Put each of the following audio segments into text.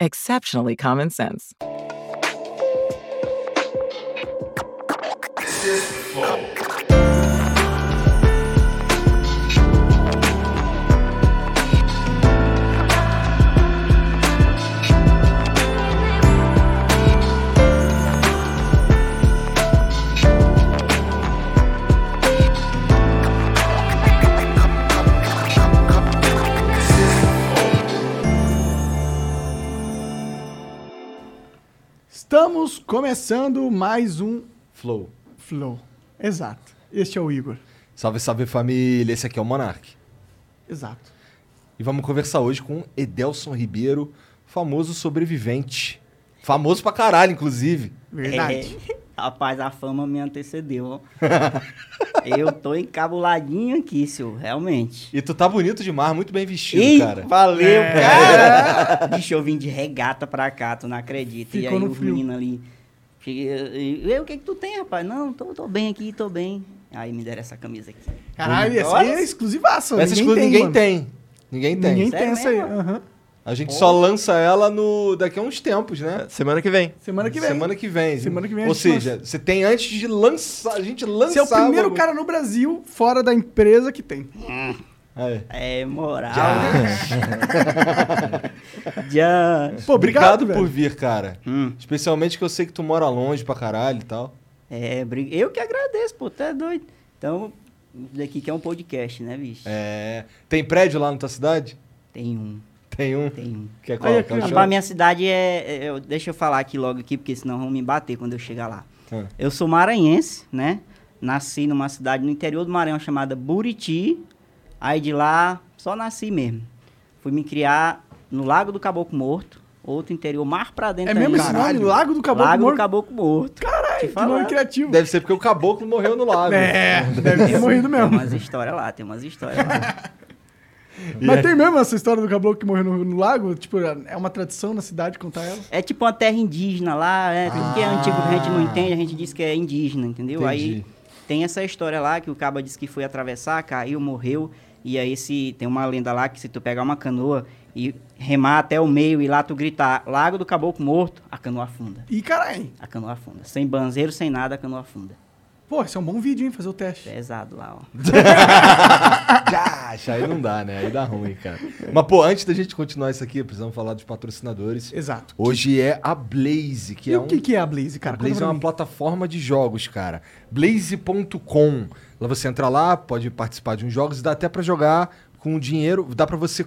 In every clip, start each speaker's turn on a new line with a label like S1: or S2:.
S1: exceptionally common sense.
S2: Estamos começando mais um
S3: Flow.
S2: Flow. Exato. Este é o Igor.
S3: Salve, salve família, esse aqui é o Monark.
S2: Exato.
S3: E vamos conversar hoje com Edelson Ribeiro, famoso sobrevivente. Famoso pra caralho, inclusive.
S2: Verdade.
S4: É, rapaz, a fama me antecedeu. ó. Eu tô encabuladinho aqui, senhor, realmente.
S3: E tu tá bonito demais, muito bem vestido,
S4: Ih,
S3: cara.
S4: valeu,
S2: É.
S4: cara! Bicho, eu vim de regata pra cá, tu não acredita. e
S2: Ficou
S4: aí
S2: no
S4: os
S2: frio.
S4: meninos ali. cheguei- Eu, o que que tu tem, rapaz? Não, tô, tô bem aqui, tô bem. Aí me deram essa camisa aqui.
S2: Caralho, essa aí
S4: Olha.
S2: é exclusivaça.
S3: Essa
S2: ninguém
S3: ninguém,
S2: tem,
S3: ninguém
S2: mano.
S3: tem, ninguém tem.
S2: Ninguém
S4: Sério
S2: tem essa aí.
S4: mesmo?
S2: Aham.
S3: A gente só lança ela no daqui a uns tempos, né?
S5: É, Semana que vem.
S2: Semana que vem.
S3: Semana que vem.
S2: Semana que vem a
S3: Ou
S2: gente
S3: seja, você tem antes de lançar, a gente lançar.
S2: Você é o primeiro
S3: bagulho.
S2: cara no Brasil, fora da empresa, que tem.
S3: Aí.
S4: É moral. Já.
S2: Pô, obrigado,
S3: Obrigado,
S2: velho.
S3: por vir, cara.
S4: Hum,
S3: Especialmente que eu sei que tu mora longe pra caralho e tal.
S4: é, bri- eu que agradeço, pô, tu é doido. Então, isso daqui que é um podcast, né, bicho?
S3: É. Tem prédio lá na tua cidade?
S4: Tem um,
S3: Tem um.
S4: tem um.
S3: Que é qual?
S2: Aí,
S3: Qual
S2: aqui,
S3: chama?
S4: Rapaz, minha cidade é, é- eu- Deixa eu falar aqui logo aqui, porque senão vão me bater quando eu chegar lá.
S3: Ah.
S4: Eu sou maranhense, né? Nasci numa cidade no interior do Maranhão chamada Buriti. Aí de lá, só nasci mesmo. Fui me criar no Lago do Caboclo Morto, outro interior, mar pra dentro
S2: É mesmo esse
S4: ainda.
S2: nome? Lago do Caboclo
S4: Lago
S2: Morto?
S4: do Caboclo Morto. Caralho,
S2: Que é nome criativo.
S3: Deve ser porque o caboclo morreu no lago.
S2: É, deve ter morrido
S4: Tem
S2: mesmo.
S4: umas histórias lá, tem umas histórias lá.
S2: Mas tem mesmo essa história do caboclo que morreu no, no lago? Tipo, é uma tradição na cidade contar ela?
S4: É tipo uma terra indígena lá, é, tudo que é antigo que a gente não entende, a gente diz que é indígena, entendeu?
S3: Entendi.
S4: Aí tem essa história lá que o caba disse que foi atravessar, caiu, morreu, e aí se tem uma lenda lá que se tu pegar uma canoa e remar até o meio e lá tu gritar Lago do Caboclo Morto, a canoa afunda.
S2: Ih, caralho.
S4: A canoa afunda. Sem banzeiro, sem nada, a canoa afunda.
S2: Pô, isso é um bom vídeo, hein? Fazer o teste.
S4: Pesado lá, ó.
S3: Já, já, aí não dá, né? Aí dá ruim, cara. Mas, pô, antes da gente continuar isso aqui, precisamos falar dos patrocinadores.
S2: Exato.
S3: Hoje é a Blaze, que
S2: e
S3: é
S2: o
S3: um...
S2: que, que é a Blaze, cara?
S3: A Blaze
S2: Conta
S3: é
S2: pra
S3: uma
S2: mim.
S3: plataforma de jogos, cara. Blaze.com. Lá você entra lá, pode participar de uns jogos, dá até pra jogar com dinheiro, dá pra você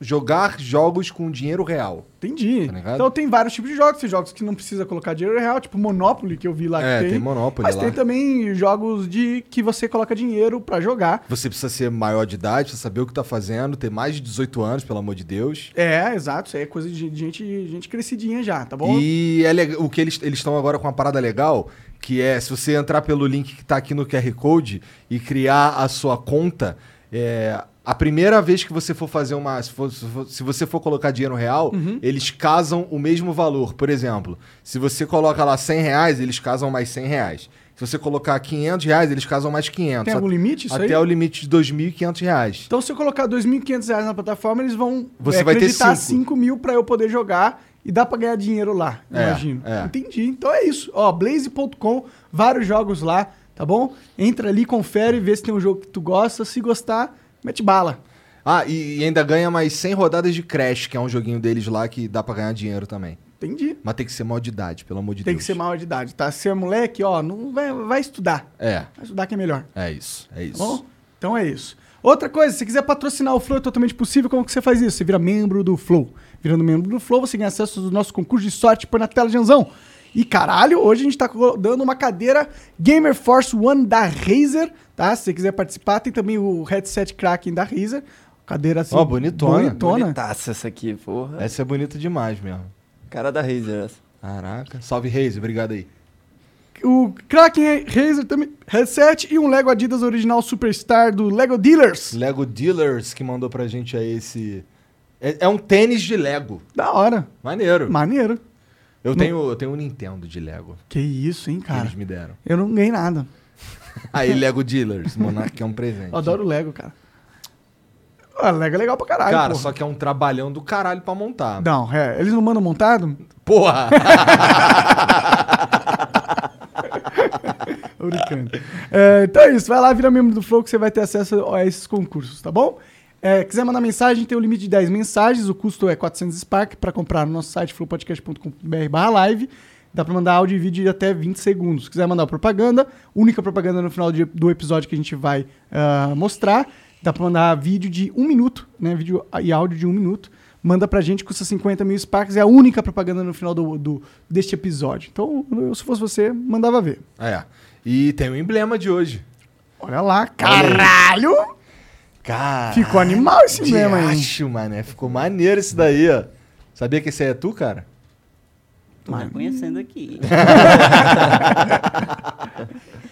S3: jogar jogos com dinheiro real.
S2: Entendi.
S3: Tá ligado?
S2: então tem vários tipos de jogos. Tem jogos que não precisa colocar dinheiro real, tipo Monopoly, que eu vi lá
S3: é,
S2: que
S3: tem,
S2: tem.
S3: Monopoly
S2: mas
S3: lá.
S2: tem também jogos de que você coloca dinheiro pra jogar.
S3: Você precisa ser maior de idade, precisa saber o que tá fazendo, ter mais de 18 anos, pelo amor de Deus.
S2: É, exato. Isso aí é coisa de gente, gente crescidinha já, tá bom?
S3: E é lega- o que eles estão agora com uma parada legal, que é se você entrar pelo link que tá aqui no QR Code e criar a sua conta, é, a primeira vez que você for fazer uma. Se, for- se for- se você for colocar dinheiro real,
S2: Uhum.
S3: eles casam o mesmo valor. Por exemplo, se você coloca lá 100 reais, eles casam mais 100 reais. Se você colocar 500 reais, eles casam mais 500.
S2: Tem algum
S3: a-
S2: limite isso
S3: até
S2: aí?
S3: o limite de 2.500 reais.
S2: Então se eu colocar 2.500 reais na plataforma, eles vão é,
S3: Você vai ter
S2: acreditar
S3: cinco.
S2: 5 mil pra eu poder jogar e dá pra ganhar dinheiro lá,
S3: É,
S2: imagino.
S3: é.
S2: Entendi. Então é isso. Ó, blaze.com, vários jogos lá, tá bom? Entra ali, confere, vê se tem um jogo que tu gosta. Se gostar, mete bala.
S3: Ah, e, e ainda ganha mais 100 rodadas de Crash, que é um joguinho deles lá que dá pra ganhar dinheiro também.
S2: Entendi.
S3: Mas tem que ser mal de idade, pelo amor de
S2: Tem que
S3: Deus.
S2: ser maior de idade, tá? Se é moleque, ó, não vai, vai estudar.
S3: É,
S2: Vai estudar que é melhor,
S3: é isso, é
S2: tá
S3: isso.
S2: bom? Então é isso. Outra coisa, se quiser patrocinar o Flow, é totalmente possível. Como que você faz isso? Você vira membro do Flow. Virando membro do Flow, você ganha acesso ao nosso concurso de sorte, põe na tela, Janzão. E caralho, hoje a gente tá co- dando uma cadeira Gamer Force One da Razer, tá? Se você quiser participar, tem também o headset Kraken da Razer. Cadeira assim.
S3: Ó, bonitona.
S2: Bonitona.
S6: É.
S5: Bonitaça essa aqui, porra.
S3: Essa é bonita demais mesmo.
S5: Cara da Razer essa.
S3: Caraca. Salve, Reis. Obrigado aí.
S2: O Kraken Razer também, headset e um Lego Adidas original Superstar do Lego Dealers.
S3: Lego Dealers que mandou pra gente aí esse... É, é um tênis de Lego.
S2: Da hora.
S3: Maneiro.
S2: Maneiro.
S3: Eu tenho, eu tenho um Nintendo de Lego.
S2: Que isso, hein,
S3: Que
S2: cara?
S3: eles me deram.
S2: Eu não ganhei nada.
S3: Aí, Lego Dealers. Monark é um presente.
S2: Eu adoro Lego, cara. Ah, Lego é legal pra caralho,
S3: Cara,
S2: porra.
S3: só que é um trabalhão do caralho pra montar.
S2: Não, é, eles não mandam montado?
S3: Porra!
S2: Tô brincando. É, então é isso, vai lá, vira membro do Flow que você vai ter acesso a esses concursos, tá bom? É, quiser mandar mensagem, tem o limite de 10 mensagens, o custo é 400 Spark para comprar no nosso site flowpodcast.com.br barra live. Dá para mandar áudio e vídeo de até 20 segundos. Se quiser mandar propaganda, única propaganda no final de- do episódio que a gente vai ah, mostrar. Dá para mandar vídeo de um minuto, né? Vídeo e áudio de um minuto. Manda pra gente, custa 50 mil Sparks, é a única propaganda no final do, do- deste episódio. Então, eu, se fosse você, mandava ver.
S3: é. E tem o emblema de hoje.
S2: Olha lá, caralho!
S3: Cara.
S2: Ficou animal esse
S3: de
S2: emblema aí.
S3: acho, mané. Ficou maneiro esse daí, ó. Sabia que esse aí é tu, cara?
S4: Tô reconhecendo Tá aqui.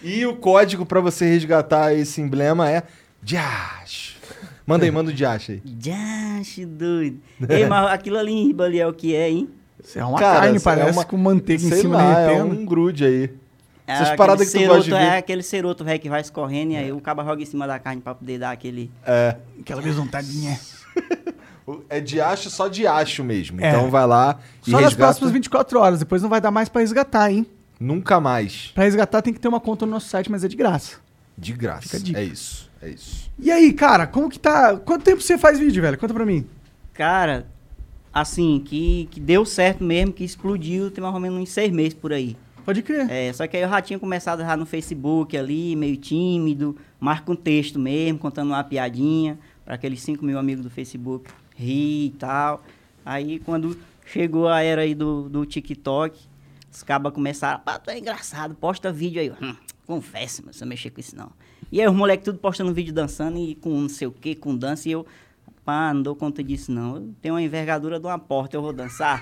S3: E o código pra você resgatar esse emblema é Diacho. Manda aí, manda o Diacho aí.
S4: Jash, doido. Ei, mas aquilo ali em riba ali é o que é, hein?
S2: Isso é uma
S3: Cara,
S2: carne,
S3: essa é
S2: parece,
S3: uma-
S2: com manteiga em
S3: Sei
S2: cima
S3: lá,
S2: da
S3: é
S2: repena.
S3: um grude aí.
S4: É
S3: Essas
S4: aquele
S3: paradas que tu gosta de
S4: ceroto-
S3: ver.
S4: É aquele ceroto, velho, que vai escorrendo e aí o caba joga em cima da carne pra poder dar aquele...
S3: É.
S2: Aquela horizontadinha.
S3: O- É Diacho só Diacho mesmo.
S2: É.
S3: Então vai lá e
S2: Só nas
S3: resgata.
S2: próximas 24 horas, depois não vai dar mais pra resgatar, hein?
S3: Nunca mais.
S2: Pra resgatar tem que ter uma conta no nosso site, mas é de graça.
S3: De graça.
S2: Fica a dica.
S3: É isso. É isso.
S2: E aí, cara, como que tá? Quanto tempo você faz vídeo, velho? Conta pra mim.
S4: Cara, assim, que, que deu certo mesmo, que explodiu, tem mais ou menos uns seis meses por aí.
S2: Pode crer.
S4: É, só que aí eu já tinha começado já no Facebook ali, meio tímido, marca um texto mesmo, contando uma piadinha para aqueles 5 mil amigos do Facebook rir e tal. Aí quando chegou a era aí do, do TikTok, os cabas começaram, pá, tu é engraçado, posta vídeo aí. Eu, Hum, confessa, mas eu mexer com isso não. E aí os moleques tudo postando vídeo dançando e com não sei o que, com dança, e eu, pá, não dou conta disso não. Eu tenho uma envergadura de uma porta, eu vou dançar.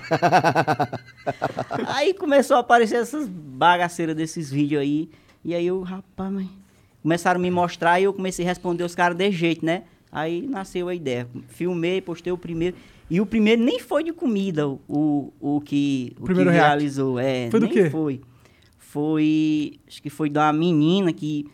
S4: Aí começou a aparecer essas bagaceiras desses vídeos aí. E aí eu, rapaz, mas... Começaram a me mostrar e eu comecei a responder os caras de jeito, né? Aí nasceu a ideia. Filmei, postei o primeiro. E o primeiro nem foi de comida o, o, o que, o
S2: Primeiro
S4: que
S2: react.
S4: viralizou. É,
S2: Foi do
S4: nem
S2: quê?
S4: foi. Foi. Acho que foi da menina que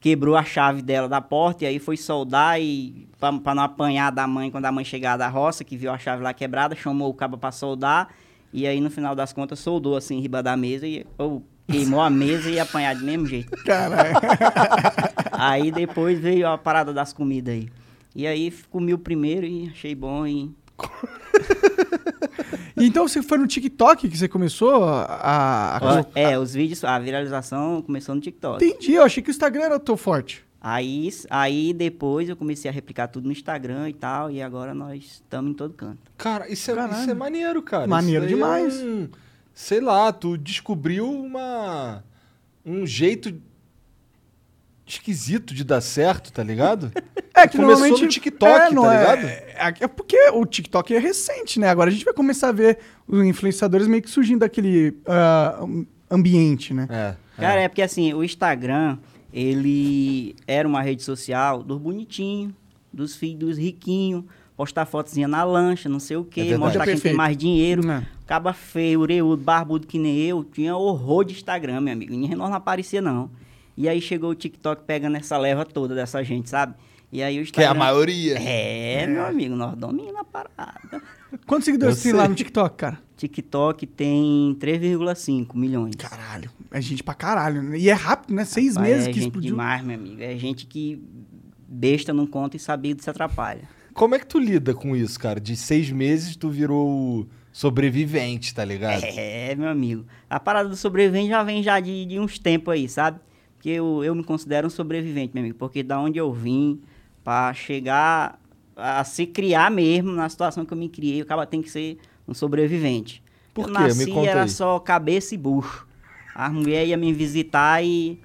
S4: quebrou a chave dela da porta e aí foi soldar e pra, pra não apanhar da mãe quando a mãe chegar da roça, que viu a chave lá quebrada, chamou o cabo pra soldar e aí no final das contas soldou assim em riba da mesa e ou queimou a mesa e ia apanhar do mesmo jeito. aí depois veio a parada das comidas aí. E aí f- comi o primeiro e achei bom e
S2: E então você foi no TikTok que você começou a... a- a-
S4: é, os vídeos, a viralização começou no TikTok.
S2: Entendi, eu achei que o Instagram era o teu forte.
S4: Aí, aí depois eu comecei a replicar tudo no Instagram e tal, e agora nós estamos em todo canto.
S3: Cara, isso é,
S2: Caralho.
S3: isso é maneiro, cara.
S2: Maneiro
S3: Isso daí é
S2: demais.
S3: um- sei lá, tu descobriu uma um jeito esquisito de dar certo, tá ligado?
S2: É que
S3: Começou
S2: normalmente
S3: no TikTok,
S2: não
S3: tá
S2: é-
S3: ligado?
S2: É, é porque o TikTok é recente, né? Agora a gente vai começar a ver os influenciadores meio que surgindo daquele ah, um- ambiente, né?
S3: É.
S4: Cara, é porque assim, o Instagram, ele era uma rede social dos bonitinhos, dos filhos dos riquinhos, postar fotozinha na lancha, não sei o
S3: É
S4: quê,
S3: verdade.
S4: mostrar quem tem
S2: Perfeito.
S4: mais dinheiro.
S2: É.
S4: Caba feio, ureudo, barbudo que nem eu, tinha horror de Instagram, meu amigo. Ninguém nós não aparecia, não. E aí chegou o TikTok pegando essa leva toda dessa gente, sabe? E aí o
S3: Que é
S4: Instagram...
S3: a maioria.
S4: É, meu amigo, nós domina a parada.
S2: Quantos seguidores
S3: Eu
S2: tem
S3: sei.
S2: lá no TikTok, cara?
S4: TikTok tem 3,5 milhões.
S2: Caralho, é gente pra caralho. né? E é rápido, né? Seis
S4: Rapaz,
S2: meses
S4: é
S2: que
S4: gente
S2: explodiu.
S4: demais, meu amigo. É gente que besta não conta e sabido se atrapalha.
S3: Como é que tu lida com isso, cara? De seis meses tu virou o sobrevivente, tá ligado?
S4: É, meu amigo. A parada do sobrevivente já vem já de, de uns tempos aí, sabe? Porque eu, eu me considero um sobrevivente, meu amigo. Porque da onde eu vim, pra chegar a se criar mesmo na situação que eu me criei, o cara tem que ser um sobrevivente.
S3: Por
S4: eu
S3: quê? Me
S4: nasci,
S3: conta
S4: era
S3: aí.
S4: só cabeça e bucho. A mulher ia me visitar e...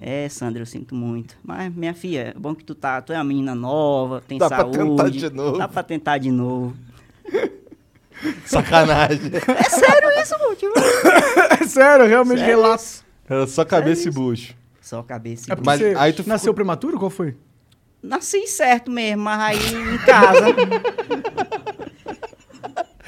S4: É, Sandra, eu sinto muito. Mas, minha filha, é bom que tu tá... Tu é uma menina nova, tem
S3: Dá pra
S4: saúde.
S3: tentar de novo.
S4: Dá pra tentar de novo.
S3: Sacanagem.
S4: É sério isso, pô. tipo,
S2: É sério, realmente
S4: Sério?
S2: relatos.
S3: Era só É
S4: É
S3: cabeça e bucho.
S4: Só cabeça.
S2: É
S4: e
S2: porque
S4: bunda.
S3: Tipo, Mas
S2: você
S3: aí tu
S2: nasceu
S3: ficou-
S2: prematuro? Qual foi?
S4: Nasci certo mesmo, mas aí em casa.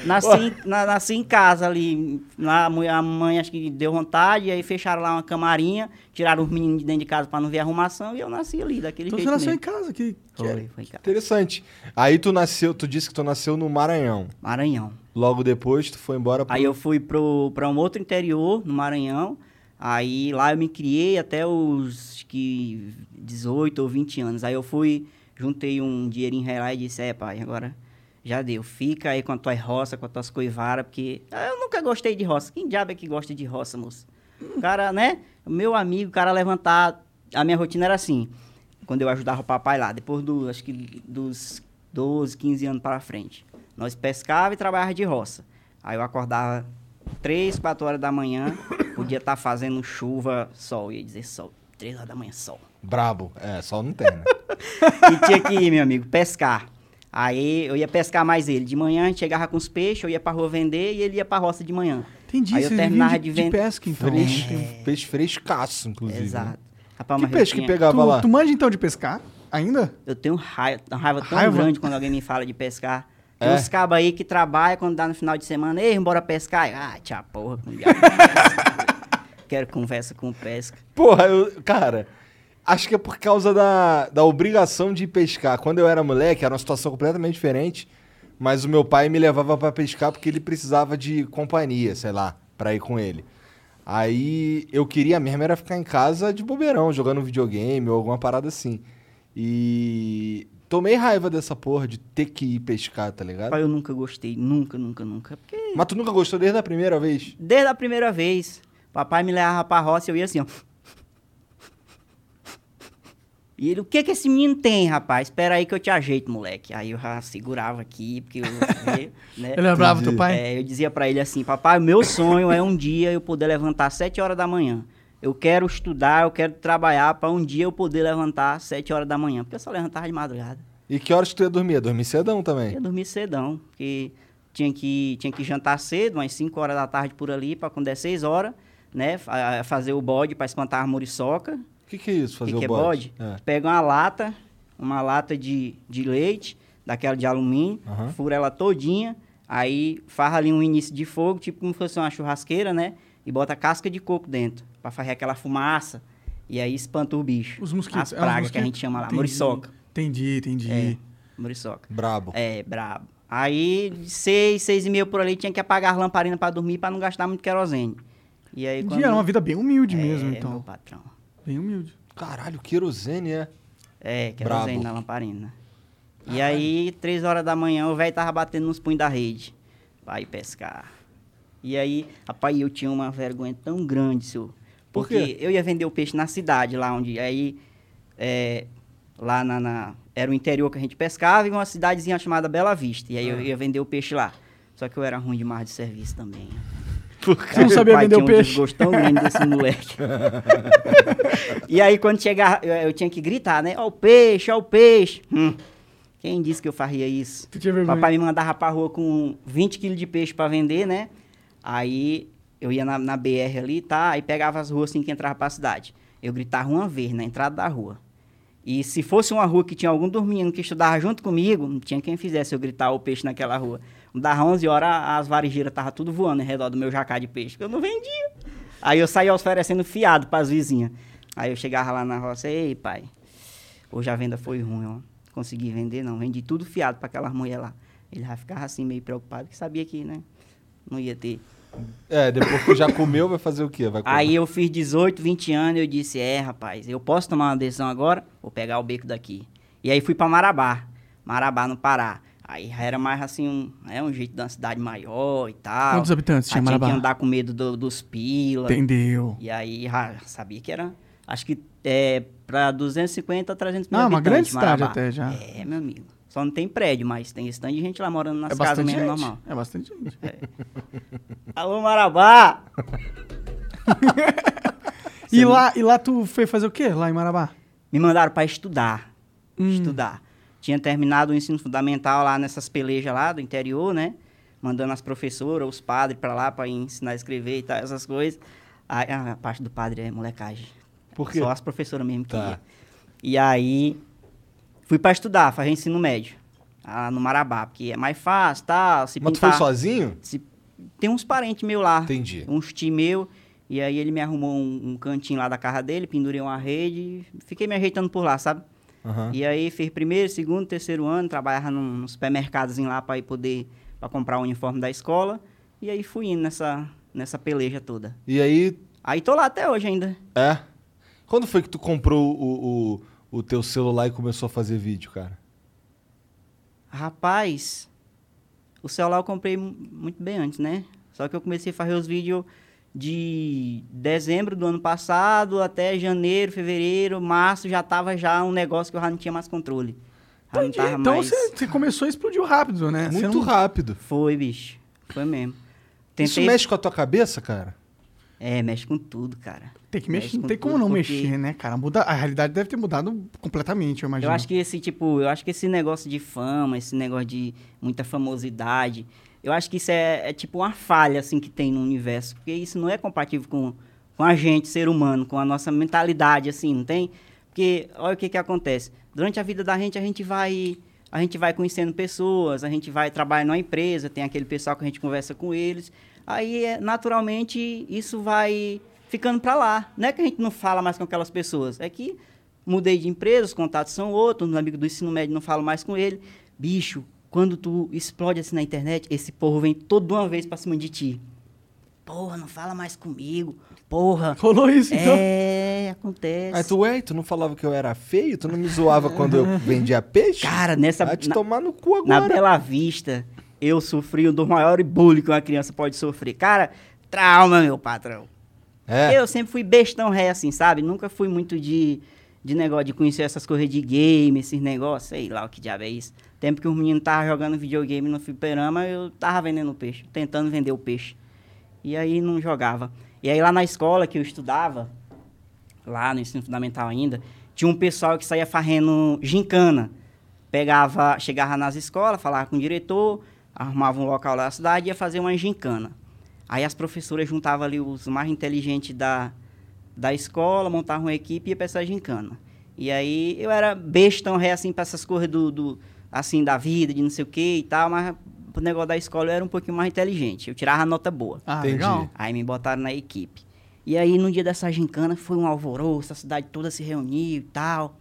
S4: nasci, na- nasci em casa ali. Lá, a mu- a mãe acho que deu vontade, aí fecharam lá uma camarinha, tiraram os meninos de dentro de casa pra não ver a arrumação e eu nasci ali, daquele
S2: Então você
S4: jeito.
S2: nasceu em
S4: mesmo.
S2: casa. Que...
S4: Foi, foi em casa.
S3: Interessante. Aí tu nasceu, tu disse que tu nasceu no Maranhão.
S4: Maranhão.
S3: Logo depois tu foi embora pro...
S4: Aí eu fui pro, pra um outro interior, no Maranhão. Aí lá eu me criei até os acho que 18 ou 20 anos. Aí eu fui, juntei um dinheirinho real e disse, é pai, agora já deu. Fica aí com as tuas roças, com as tuas coivaras, porque ah, eu nunca gostei de roça. Quem diabo é que gosta de roça, moço? O cara, né? Meu amigo, o cara levantar... A minha rotina era assim, quando eu ajudava o papai lá, depois do, acho que dos 12, 15 anos para frente. Nós pescava e trabalhava de roça. Aí eu acordava 3, 4 horas da manhã, podia estar fazendo chuva, sol, ia dizer sol. 3 horas da manhã, sol.
S3: Brabo. É, só não tem, né?
S4: E tinha que ir, meu amigo, pescar. Aí eu ia pescar mais ele. De manhã a gente chegava com os peixes, eu ia pra rua vender e ele ia pra roça de manhã.
S2: Entendi,
S4: Aí eu
S2: você
S4: terminava
S2: vinha
S4: de
S2: de,
S4: vender.
S2: de pesca, então.
S3: Fres- um Peixe frescaço, inclusive.
S4: Exato.
S3: né?
S4: Rapaz,
S3: Que
S4: mas eu
S3: peixe que
S4: tinha-
S3: pegava lá?
S2: Tu, tu manja, então, de pescar? Ainda?
S4: Eu tenho raiva, uma raiva tão
S2: Raiva?
S4: grande quando alguém me fala de pescar. Tem
S3: É?
S4: uns cabos aí que trabalham quando dá no final de semana, ei, bora pescar. Eu, ah, tia porra, com diabo. Quero conversa com pesca.
S3: Porra, eu, cara, acho que é por causa da, da obrigação de ir pescar. Quando eu era moleque, era uma situação completamente diferente, mas o meu pai me levava pra pescar porque ele precisava de companhia, sei lá, pra ir com ele. Aí eu queria mesmo era ficar em casa de bobeirão, jogando videogame ou alguma parada assim. E tomei raiva dessa porra de ter que ir pescar, tá ligado?
S4: Rapaz, eu nunca gostei, nunca, nunca, nunca. Porque
S3: Mas tu nunca gostou desde a primeira vez?
S4: desde a primeira vez, papai me levava pra roça e eu ia assim, ó. E ele, o que que esse menino tem, rapaz? Espera aí que eu te ajeito, moleque. Aí eu já segurava aqui, porque eu... né?
S2: Ele era bravo, teu pai?
S4: É, eu dizia pra ele assim, papai, o meu sonho é um dia eu poder levantar às 7 horas da manhã. Eu quero estudar, eu quero trabalhar pra um dia eu poder levantar às 7 horas da manhã. Porque eu só levantava de madrugada.
S3: E que horas tu ia dormir? Ia dormir cedão também.
S4: Eu dormia cedão, porque tinha que, tinha que jantar cedo, umas 5 horas da tarde por ali, pra quando der 6 horas, né? fa- Fazer o bode pra espantar a muriçoca.
S3: O que, que é isso,
S4: O
S3: fazer
S4: que, que
S3: o
S4: é
S3: bode?
S4: bode? Pega uma lata, uma lata de, de leite, daquela de alumínio,
S3: Aham.
S4: fura ela todinha, aí farra ali um início de fogo, tipo como se fosse uma churrasqueira, né? E bota casca de coco dentro, pra fazer aquela fumaça. E aí espanta o bicho.
S2: Os mosquitos.
S4: As
S2: é, os
S4: pragas que a
S2: mosquitos?
S4: gente chama lá,
S2: Entendi.
S4: muriçoca.
S2: Entendi, entendi.
S4: É, muriçoca.
S3: Brabo.
S4: É, brabo. Aí, de seis, seis e meia por ali, tinha que apagar as lamparinas pra dormir, pra não gastar muito querosene. E aí,
S2: Entendi,
S4: quando...
S2: era uma vida bem humilde mesmo,
S4: É, meu
S2: então.
S4: patrão.
S2: Bem humilde.
S3: Caralho, querosene é.
S4: É, querosene
S3: Brabo.
S4: na lamparina. E aí, três horas da manhã, o velho tava batendo nos punhos da rede pra ir pescar. E aí, rapaz, eu tinha uma vergonha tão grande, senhor.
S3: Por
S4: Porque
S3: quê?
S4: eu ia vender o peixe na cidade, lá onde. Aí, é, lá na, na- Era o interior que a gente pescava e uma cidadezinha chamada Bela Vista. E aí eu ia vender o peixe lá. Só que eu era ruim demais de serviço também. Então,
S2: Você não sabia vender o
S4: Eu
S2: peixe?
S4: gosto um tão grande desse moleque. E aí, quando chegava, eu, eu tinha que gritar, né? Ó o peixe, ó o peixe. Hum, Quem disse que eu faria isso?
S2: Tu tinha vergonha?
S4: Papai me mandava pra rua com 20 quilos de peixe pra vender, né? Aí eu ia na, na BR ali, tá? Aí pegava as ruas assim que entrava pra cidade. Eu gritava uma vez na entrada da rua. E se fosse uma rua que tinha algum dormindo que estudava junto comigo, não tinha quem fizesse eu gritar o peixe naquela rua. Dava 11 horas, as varejeiras estavam tudo voando em redor do meu jacá de peixe, porque eu não vendia. Aí eu saía oferecendo fiado para as vizinhas. Aí eu chegava lá na roça, ei pai, hoje a venda foi ruim, ó. Consegui vender, não. Vendi tudo fiado para aquelas mulher lá. Ele já ficava assim meio preocupado, que sabia que, né? Não ia ter.
S3: É, depois que já comeu, vai fazer o quê? Vai comer.
S4: Aí eu fiz 18, 20 anos eu disse, é, rapaz, eu posso tomar uma decisão agora? Vou pegar o beco daqui. E aí fui pra Marabá, Marabá no Pará. Aí já era mais assim, um, é um jeito de uma cidade maior e tal.
S2: Quantos habitantes
S4: Aí
S2: tinha Marabá?
S4: Tinha que andar com medo do- dos pila.
S2: Entendeu.
S4: E aí já sabia que era, acho que é, pra 250 a 300 mil
S2: Ah, uma grande
S4: habitantes,
S2: cidade
S4: Marabá.
S2: até já.
S4: É, meu amigo. Só não tem prédio, mas tem esse tanto de gente lá morando nas
S2: É
S4: casas
S2: bastante
S4: mesmo,
S2: gente.
S4: normal.
S2: É bastante gente.
S4: Alô, Marabá!
S2: E lá, e lá tu foi fazer o quê? Lá em Marabá?
S4: me mandaram para estudar.
S2: Hum.
S4: Estudar. Tinha terminado o ensino fundamental lá nessas pelejas lá do interior, né? mandando as professoras, os padres pra lá pra ensinar a escrever e tal, essas coisas. Aí, a parte do padre é molecagem.
S3: Por quê?
S4: Só as professoras mesmo que
S3: Tá.
S4: ia. E aí, fui pra estudar, fazer ensino médio. ah, no Marabá, porque é mais fácil, tal, se
S3: Mas tu
S4: pintar.
S3: foi sozinho?
S4: se- Tem uns parentes meus lá
S3: Entendi.
S4: uns tio meu. E aí ele me arrumou um, um cantinho lá da casa dele, pendurei uma rede, fiquei me ajeitando por lá, sabe?
S3: Aham.
S4: E aí fiz primeiro, segundo, terceiro ano, trabalhava num, num supermercadozinho lá para poder pra comprar o uniforme da escola. E aí fui indo nessa, nessa peleja toda.
S3: E aí,
S4: Aí tô lá até hoje ainda.
S3: é? Quando foi que tu comprou o, o, o teu celular e começou a fazer vídeo, cara?
S4: Rapaz, o celular eu comprei mu- muito bem antes, né? Só que eu comecei a fazer os vídeos de dezembro do ano passado até janeiro, fevereiro, março, já tava já um negócio que eu já não tinha mais controle. Já não
S2: Entendi.
S4: tava
S2: Então
S4: mais...
S2: você, você começou e explodiu rápido,
S4: Ah,
S2: né? Você
S3: Muito
S2: não-
S3: rápido.
S4: Foi, bicho. Foi mesmo.
S3: Isso mexe com a tua cabeça, cara?
S4: É, mexe com tudo, cara.
S2: Tem que mexer,
S4: Mexe
S2: não
S4: com
S2: tem como
S4: tudo,
S2: não
S4: porque-
S2: mexer, né, cara? Muda, a realidade deve ter mudado completamente, eu imagino.
S4: Eu acho que esse tipo, eu acho que esse negócio de fama, esse negócio de muita famosidade, eu acho que isso é, é tipo uma falha assim que tem no universo, porque isso não é compatível com, com a gente, ser humano, com a nossa mentalidade assim, não tem? Porque olha o que que acontece. Durante a vida da gente a gente vai a gente vai conhecendo pessoas, a gente vai trabalhar numa empresa, tem aquele pessoal que a gente conversa com eles. Aí, é, naturalmente, isso vai ficando pra lá. Não é que a gente não fala mais com aquelas pessoas, é que Mudei de empresa, os contatos são outros, um amigo do ensino médio não falo mais com ele. Bicho, quando tu explode assim na internet, esse povo vem toda uma vez pra cima de ti. Porra, não fala mais comigo. Porra.
S2: Rolou isso, então.
S4: É, acontece.
S3: Aí tu, ué, tu não falava que eu era feio? Tu não me zoava quando eu vendia peixe?
S4: Cara, nessa.
S3: Vai te
S4: na-
S3: tomar no cu
S4: Na
S3: agora.
S4: Bela Vista, eu sofri um dos maiores bullying que uma criança pode sofrer. Cara, trauma, meu patrão.
S3: É.
S4: Eu sempre fui bestão ré, assim, sabe? Nunca fui muito de, de negócio, de conhecer essas coisas de game, esses negócios, sei lá o que diabo é isso. Tempo que os meninos estavam jogando videogame no fliperama, eu tava vendendo peixe, tentando vender o peixe. E aí não jogava. E aí lá na escola que eu estudava, lá no ensino fundamental ainda, tinha um pessoal que saía farrendo gincana. Pegava, chegava nas escolas, falava com o diretor, arrumava um local lá na cidade e ia fazer uma gincana. Aí as professoras juntavam ali os mais inteligentes da, da escola, montavam uma equipe e ia pra essa gincana. E aí eu era bestão ré, assim, pra essas coisas do, do- assim, da vida, de não sei o que e tal, mas o negócio da escola eu era um pouquinho mais inteligente. Eu tirava nota boa.
S2: Ah,
S3: Entendi.
S2: legal.
S4: Aí me botaram na equipe. E aí, no dia dessa gincana, foi um alvoroço, a cidade toda se reuniu e tal.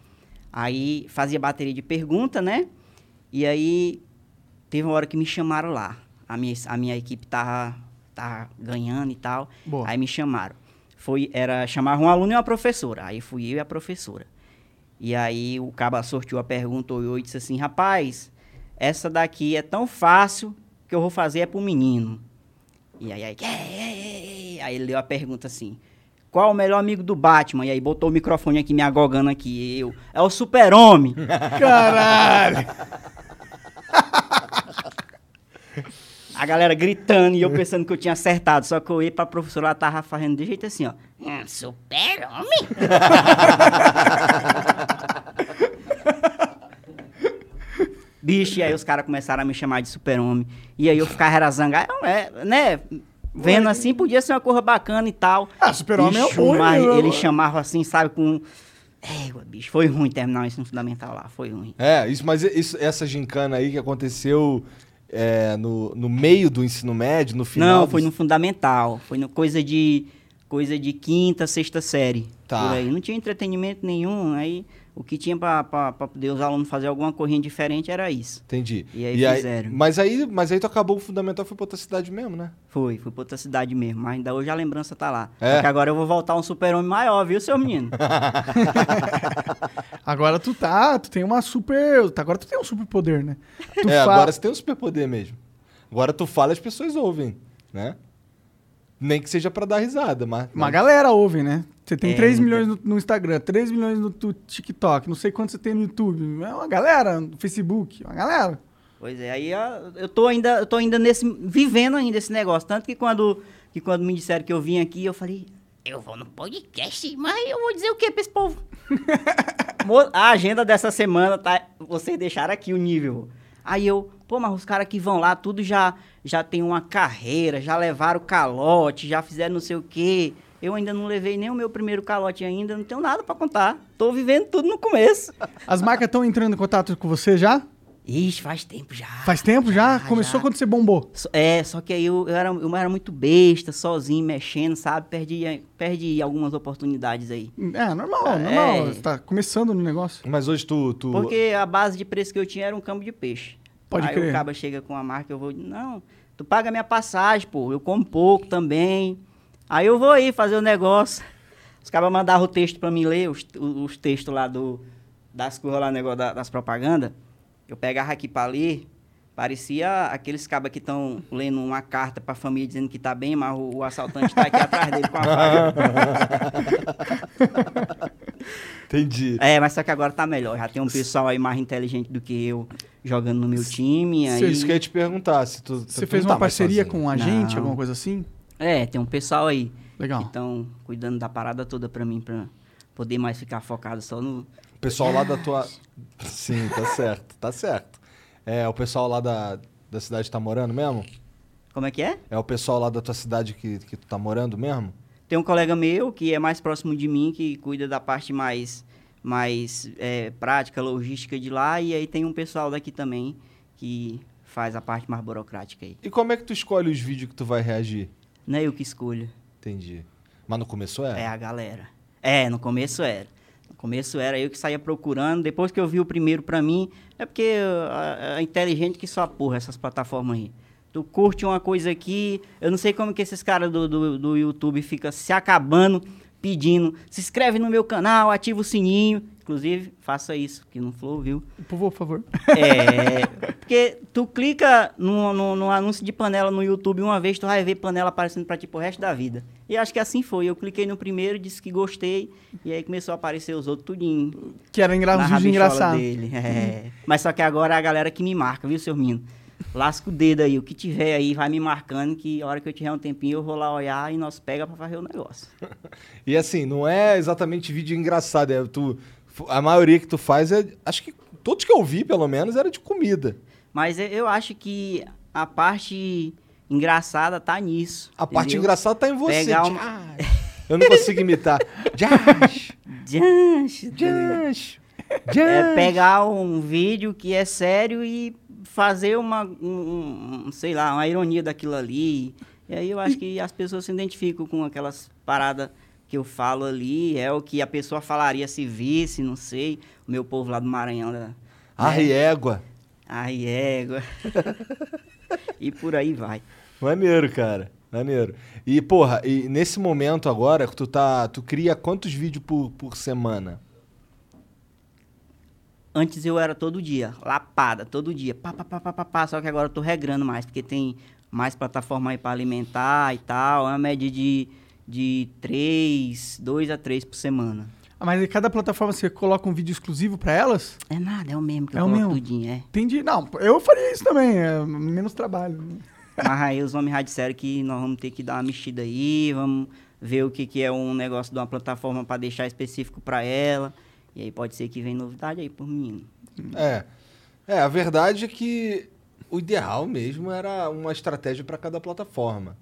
S4: Aí fazia bateria de pergunta, né? E aí teve uma hora que me chamaram lá. A minha, a minha equipe tava, tava ganhando e tal.
S2: Boa.
S4: Aí me chamaram. Foi, era chamar um aluno e uma professora. Aí fui eu e a professora. E aí o caba sorteou a pergunta olhou e disse assim: rapaz, essa daqui é tão fácil que eu vou fazer é pro menino. E aí, aí, "É, é, é, é." aí ele leu a pergunta assim: qual o melhor amigo do Batman? E aí botou o microfone aqui me agogando aqui. Eu, é o super-homem.
S2: Caralho!
S4: A galera gritando e eu pensando que eu tinha acertado. Só que eu ia pra professora, ela tava fazendo de jeito assim, ó. "Hum, super-homem? Bicho, e aí os caras começaram a me chamar de super-homem. E aí eu ficava era zangado, é, né? Vendo assim, podia ser uma coisa bacana e tal.
S2: Ah, super-homem é
S4: Bicho,
S2: ruim,
S4: mas
S2: né?
S4: Ele chamava assim, sabe, com... É, bicho, foi ruim terminar o ensino fundamental lá, foi ruim.
S3: É, isso, mas isso- essa gincana aí que aconteceu é, no, no meio do ensino médio, no final.
S4: Não, foi
S3: do-
S4: no fundamental. Foi no coisa de coisa de quinta, sexta série.
S3: Tá.
S4: Por aí. Não tinha entretenimento nenhum. Aí o que tinha pra, pra, pra poder os alunos fazer alguma corrinha diferente era isso.
S3: Entendi.
S4: E aí fizeram.
S3: mas aí, mas aí tu acabou o fundamental foi pra outra cidade mesmo, né?
S4: Foi, foi pra outra cidade mesmo. Mas ainda hoje a lembrança tá lá.
S3: É.
S4: Só que agora eu vou voltar um super-homem maior, viu, seu menino?
S2: Agora tu tá, tu tem uma super. Agora tu tem um super poder, né? Tu
S3: é,
S2: fa-
S3: agora você tem um superpoder mesmo. Agora tu fala e as pessoas ouvem, né? Nem que seja pra dar risada, mas.
S2: Uma galera ouve, né? Você tem
S4: É,
S2: 3
S4: muita-
S2: milhões no, no Instagram, 3 milhões no tu- TikTok, não sei quanto você tem no YouTube. É uma galera no Facebook, uma galera.
S4: Pois é, aí ó, eu tô ainda, eu tô ainda nesse, vivendo ainda esse negócio. Tanto que quando, que quando me disseram que eu vim aqui, eu falei, eu vou no podcast, mas eu vou dizer o que pra esse povo? Mo- A agenda dessa semana, tá? Vocês deixaram aqui o nível. Aí eu, pô, mas os caras que vão lá, tudo já, já tem uma carreira, já levaram calote, já fizeram não sei o quê. Eu ainda não levei nem o meu primeiro calote ainda, não tenho nada pra contar. Tô vivendo tudo no começo.
S2: As marcas estão entrando em contato com você já?
S4: Ixi, faz tempo já.
S2: Faz tempo já?
S4: Já,
S2: Começou
S4: Ah, já.
S2: quando você bombou.
S4: So- É, só que aí eu, eu era, eu era muito besta, sozinho, mexendo, sabe? Perdi, perdi algumas oportunidades aí.
S2: É, normal,
S4: Ah,
S2: normal.
S4: é.
S2: Você tá começando no negócio.
S3: Mas hoje tu. tu...
S4: Porque a base de preço que eu tinha era um campo de peixe.
S2: Pode
S4: Aí
S2: crer.
S4: o caba chega com a marca, eu vou, não, tu paga minha passagem, pô, eu como pouco também. Aí eu vou aí fazer o negócio. Os cabas mandavam o texto pra mim ler, os, os textos lá do, das coisas lá, negócio da- das propagandas. Eu pegava aqui pra ler, parecia aqueles cabas que estão lendo uma carta pra família dizendo que tá bem, mas o, o assaltante tá aqui atrás dele com a faca.
S3: Entendi.
S4: É, mas só que agora tá melhor, já tem um pessoal aí mais inteligente do que eu jogando no meu time. Aí...
S3: É Isso que eu ia te perguntar. Se tu, tu
S2: Você fez
S3: não tá
S2: uma
S3: mais
S2: parceria
S3: sozinho.
S2: com um agente,
S4: Não.
S2: alguma coisa assim?
S4: É, tem um pessoal aí
S2: Legal.
S4: que estão cuidando da parada toda pra mim, pra poder mais ficar focado só no.
S3: O pessoal lá da tua. Sim, tá certo, tá certo. É o pessoal lá da, da cidade que tá morando mesmo?
S4: Como é que é?
S3: É o pessoal lá da tua cidade que, que tu tá morando mesmo?
S4: Tem um colega meu que é mais próximo de mim, que cuida da parte mais, mais é, prática, logística de lá, e aí tem um pessoal daqui também que faz a parte mais burocrática aí.
S3: E como é que tu escolhe os vídeos que tu vai reagir?
S4: Não é eu que escolho,
S3: Entendi. Mas não começou,
S4: é,
S3: é?
S4: a galera. É, no começo era. No começo era eu que saía procurando, depois que eu vi o primeiro pra mim, é porque ah, é inteligente que só porra essas plataformas aí. Tu curte uma coisa aqui, eu não sei como que esses caras do, do, do YouTube ficam se acabando, pedindo, se inscreve no meu canal, ativa o sininho. Inclusive, faça isso, que não flow, viu?
S2: Por favor, por favor.
S4: É, porque tu clica num, num- num anúncio de panela no YouTube uma vez, tu vai ver panela aparecendo pra ti pro resto da vida. E acho que assim foi. Eu cliquei no primeiro, disse que gostei, e aí começou a aparecer os outros tudinho.
S2: Que era engra... um
S4: na
S2: vídeo
S4: rabichola
S2: engraçado.
S4: Dele. É. Mas só que agora é a galera que me marca, viu, seu menino? Lasca o dedo aí, o que tiver aí vai me marcando, que a hora que eu tiver um tempinho eu vou lá olhar e nós pega pra fazer o negócio.
S3: E assim, não é exatamente vídeo engraçado. É tu, a maioria que tu faz é. Acho que todos que eu vi, pelo menos, era de comida.
S4: Mas eu- eu acho que a parte engraçada tá nisso.
S3: A parte
S4: entendeu?
S3: engraçada tá em você.
S4: Pegar uma- É.
S3: Josh. Eu não consigo imitar. Josh!
S4: Diante,
S3: Josh! Josh!
S4: É pegar um vídeo que é sério e fazer uma, um- um- sei lá, uma ironia daquilo ali. E aí eu acho que as pessoas se identificam com aquelas paradas que eu falo ali, é o que a pessoa falaria se visse, não sei. O meu povo lá do Maranhão, da
S3: Arre égua.
S4: ai égua. e por aí vai.
S3: Maneiro, cara. Maneiro. E, porra, e nesse momento agora, que tu tá. Tu cria quantos vídeos por, por semana?
S4: Antes eu era todo dia, lapada, todo dia, pá, pá, pá, pá, pá, pá, só que agora eu tô regrando mais, porque tem mais plataforma aí pra alimentar e tal, é uma média de, de 3, 2 a 3 por semana.
S2: Ah, mas em cada plataforma você coloca um vídeo exclusivo pra elas?
S4: É nada, é o mesmo que
S2: É
S4: eu
S2: o
S4: coloco
S2: mesmo?
S4: tudinho, é.
S2: Entendi. Não, eu faria isso também. É menos trabalho. né?
S4: Mas aí os homens já disseram que nós vamos ter que dar uma mexida aí, vamos ver o que, que é um negócio de uma plataforma pra deixar específico pra ela, e aí pode ser que venha novidade aí por mim.
S3: É. É, a verdade é que o ideal mesmo era uma estratégia pra cada plataforma.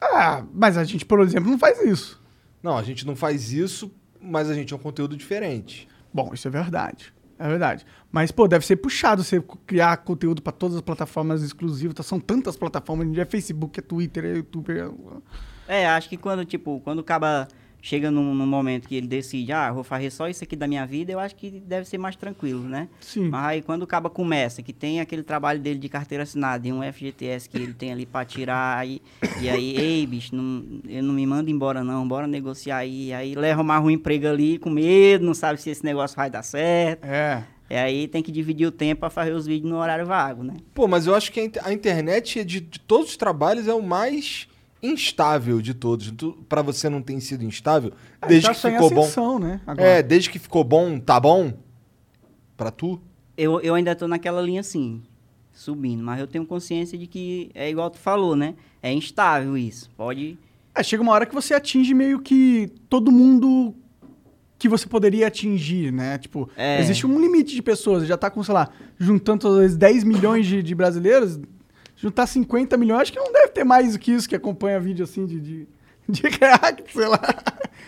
S2: Ah, mas a gente, por exemplo, não faz isso.
S3: Não, a gente não faz isso, mas a gente é um conteúdo diferente.
S2: Bom, isso é verdade. É verdade. Mas, pô, deve ser puxado você criar conteúdo pra todas as plataformas exclusivas. tá? São tantas plataformas. É Facebook, é Twitter, é YouTube. é-
S4: É, acho que quando, tipo, quando o caba chega num, num momento que ele decide, ah, eu vou fazer só isso aqui da minha vida, eu acho que deve ser mais tranquilo, né?
S2: Sim.
S4: Mas aí quando o caba começa, que tem aquele trabalho dele de carteira assinada e um FGTS que ele tem ali pra tirar, aí, e aí, ei, bicho, não, eu não me mando embora não, bora negociar aí, aí leva mais um emprego ali com medo, não sabe se esse negócio vai dar certo,
S2: É.
S4: e aí tem que dividir o tempo pra fazer os vídeos no horário vago, né?
S3: Pô, mas eu acho que a in- a internet, é de, de todos os trabalhos, é o mais instável de todos. Tu, pra você não ter sido instável, desde
S2: tá
S3: que
S2: só em
S3: ficou bom.
S2: ascensão, né? Agora.
S3: É, desde que ficou bom, tá bom? Pra tu?
S4: eu, eu ainda tô naquela linha assim, subindo, mas eu tenho consciência de que é igual tu falou, né? É instável isso. Pode.
S2: É, chega uma hora que você atinge meio que todo mundo que você poderia atingir, né? Tipo,
S4: É.
S2: existe um limite de pessoas. Já tá com, sei lá, juntando às vezes, 10 milhões de, de brasileiros. juntar 50 milhões, acho que não deve ter mais do que isso que acompanha vídeo assim de, de, de react, sei lá.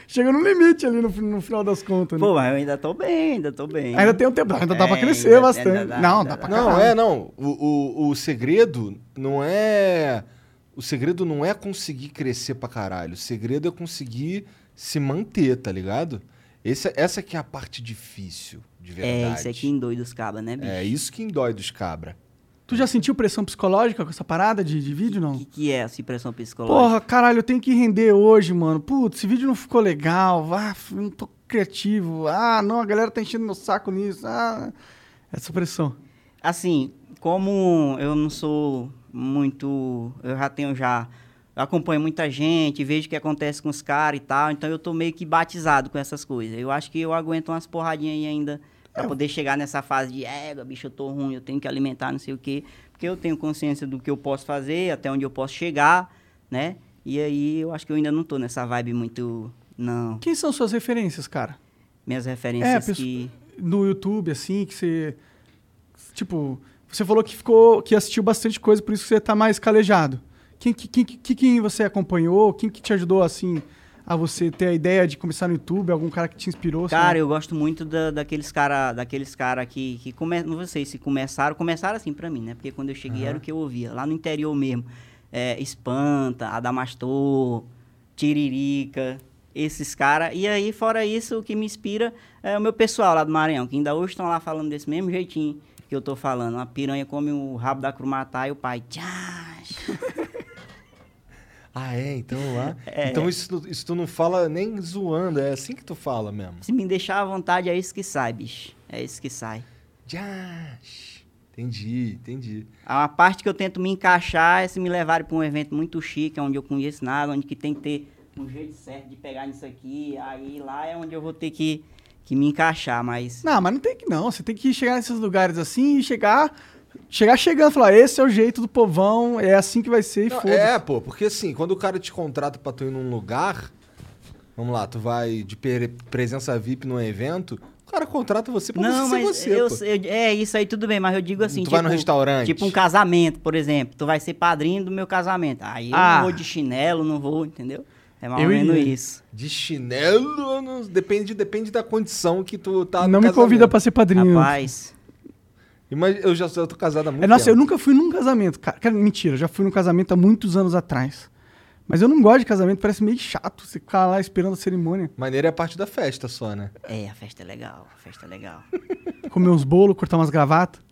S2: Chega no limite ali no, fi- no final das contas, né?
S4: Pô, mas eu ainda tô bem, ainda tô bem.
S2: ainda tem um tempo, ainda dá pra
S4: É,
S2: crescer
S4: ainda-
S2: bastante.
S4: ainda dá,
S2: não,
S4: ainda
S2: dá
S4: dá.
S2: pra
S3: Não,
S2: caralho.
S3: é, não. O, o, o segredo não é. O segredo não é conseguir crescer pra caralho. O segredo é conseguir se manter, tá ligado? Esse, essa que é a parte difícil, de verdade.
S4: É, isso aqui em doido os cabas, né, bicho?
S3: É isso que indói dos cabra.
S2: Tu já sentiu pressão psicológica com essa parada de, de vídeo,
S4: O
S2: não?
S4: que, que é essa pressão psicológica?
S2: Porra, caralho, eu tenho que render hoje, mano. Putz, esse vídeo não ficou legal. Ah, f- não tô criativo. Ah, não, a galera tá enchendo meu saco nisso. Ah, essa pressão.
S4: Assim, como eu não sou muito. Eu já tenho já. Eu acompanho muita gente, vejo o que acontece com os caras e tal, então eu tô meio que batizado com essas coisas. Eu acho que eu aguento umas porradinhas aí ainda pra poder chegar nessa fase de égua, bicho, eu tô ruim, eu tenho que alimentar, não sei o quê. Porque eu tenho consciência do que eu posso fazer, até onde eu posso chegar, né? E aí eu acho que eu ainda não tô nessa vibe muito. Não.
S2: Quem são suas referências, cara?
S4: Minhas referências
S2: pessoa-
S4: que.
S2: No YouTube, assim, que você. Tipo, você falou que ficou. que assistiu bastante coisa, por isso que você tá mais calejado. Quem, que- quem, que- quem você acompanhou? Quem que te ajudou, assim, a você ter a ideia de começar no YouTube? Algum cara que te inspirou? assim? sei lá?
S4: Cara, eu gosto muito da- daqueles cara, daqueles cara que, que come, não sei se começaram, começaram assim pra mim, né? Porque quando eu cheguei era o que eu ouvia, lá no interior mesmo. É, Espanta, Adamastor, Tiririca, esses caras. E aí, fora isso, o que me inspira é o meu pessoal lá do Maranhão, que ainda hoje estão lá falando desse mesmo jeitinho que eu tô falando. A piranha come o rabo da crumatá e o pai... Tchás!
S3: Ah, é? Então lá. Então isso, tu- isso tu não fala nem zoando, é assim que tu fala mesmo.
S4: Se me deixar à vontade, é isso que sai, bicho. É isso que sai.
S3: Josh. Entendi, entendi.
S4: A parte que eu tento me encaixar é se me levarem para um evento muito chique, onde eu conheço nada, onde que tem que ter um jeito certo de pegar nisso aqui. Aí lá é onde eu vou ter que, que me encaixar, mas.
S2: Não, mas não tem que não. Você tem que chegar nesses lugares assim e chegar. Chegar chegando e falar, esse é o jeito do povão, é assim que vai ser e
S3: Não,
S2: foda-se.
S3: é, pô, porque assim, quando o cara te contrata pra tu ir num lugar, vamos lá, tu vai de pere- presença VIP num evento, o cara contrata você pra
S4: não,
S3: você ser
S4: mas
S3: você,
S4: eu,
S3: pô.
S4: eu- é isso aí, tudo bem, mas eu digo assim.
S3: tu vai no restaurante.
S4: Tipo um casamento, por exemplo. Tu vai ser padrinho do meu casamento. Aí eu
S2: Ah.
S4: não vou de chinelo, não vou, entendeu? É mais
S2: Eu
S4: ou menos
S2: iria.
S4: isso.
S3: De chinelo, eu não- depende, depende da condição que tu tá no
S2: não me
S3: casamento.
S2: convida pra ser padrinho.
S4: Rapaz.
S3: Imagina, eu já eu tô casada há muito
S2: É, nossa, eu
S3: tempo.
S2: nunca fui num casamento, cara. Cara, mentira, eu já fui num casamento há muitos anos atrás. Mas eu não gosto de casamento, parece meio chato você ficar lá esperando a cerimônia.
S3: Maneira é a parte da festa só, né?
S4: É, a festa é legal, a festa é legal.
S2: Comer uns bolos, cortar umas gravatas.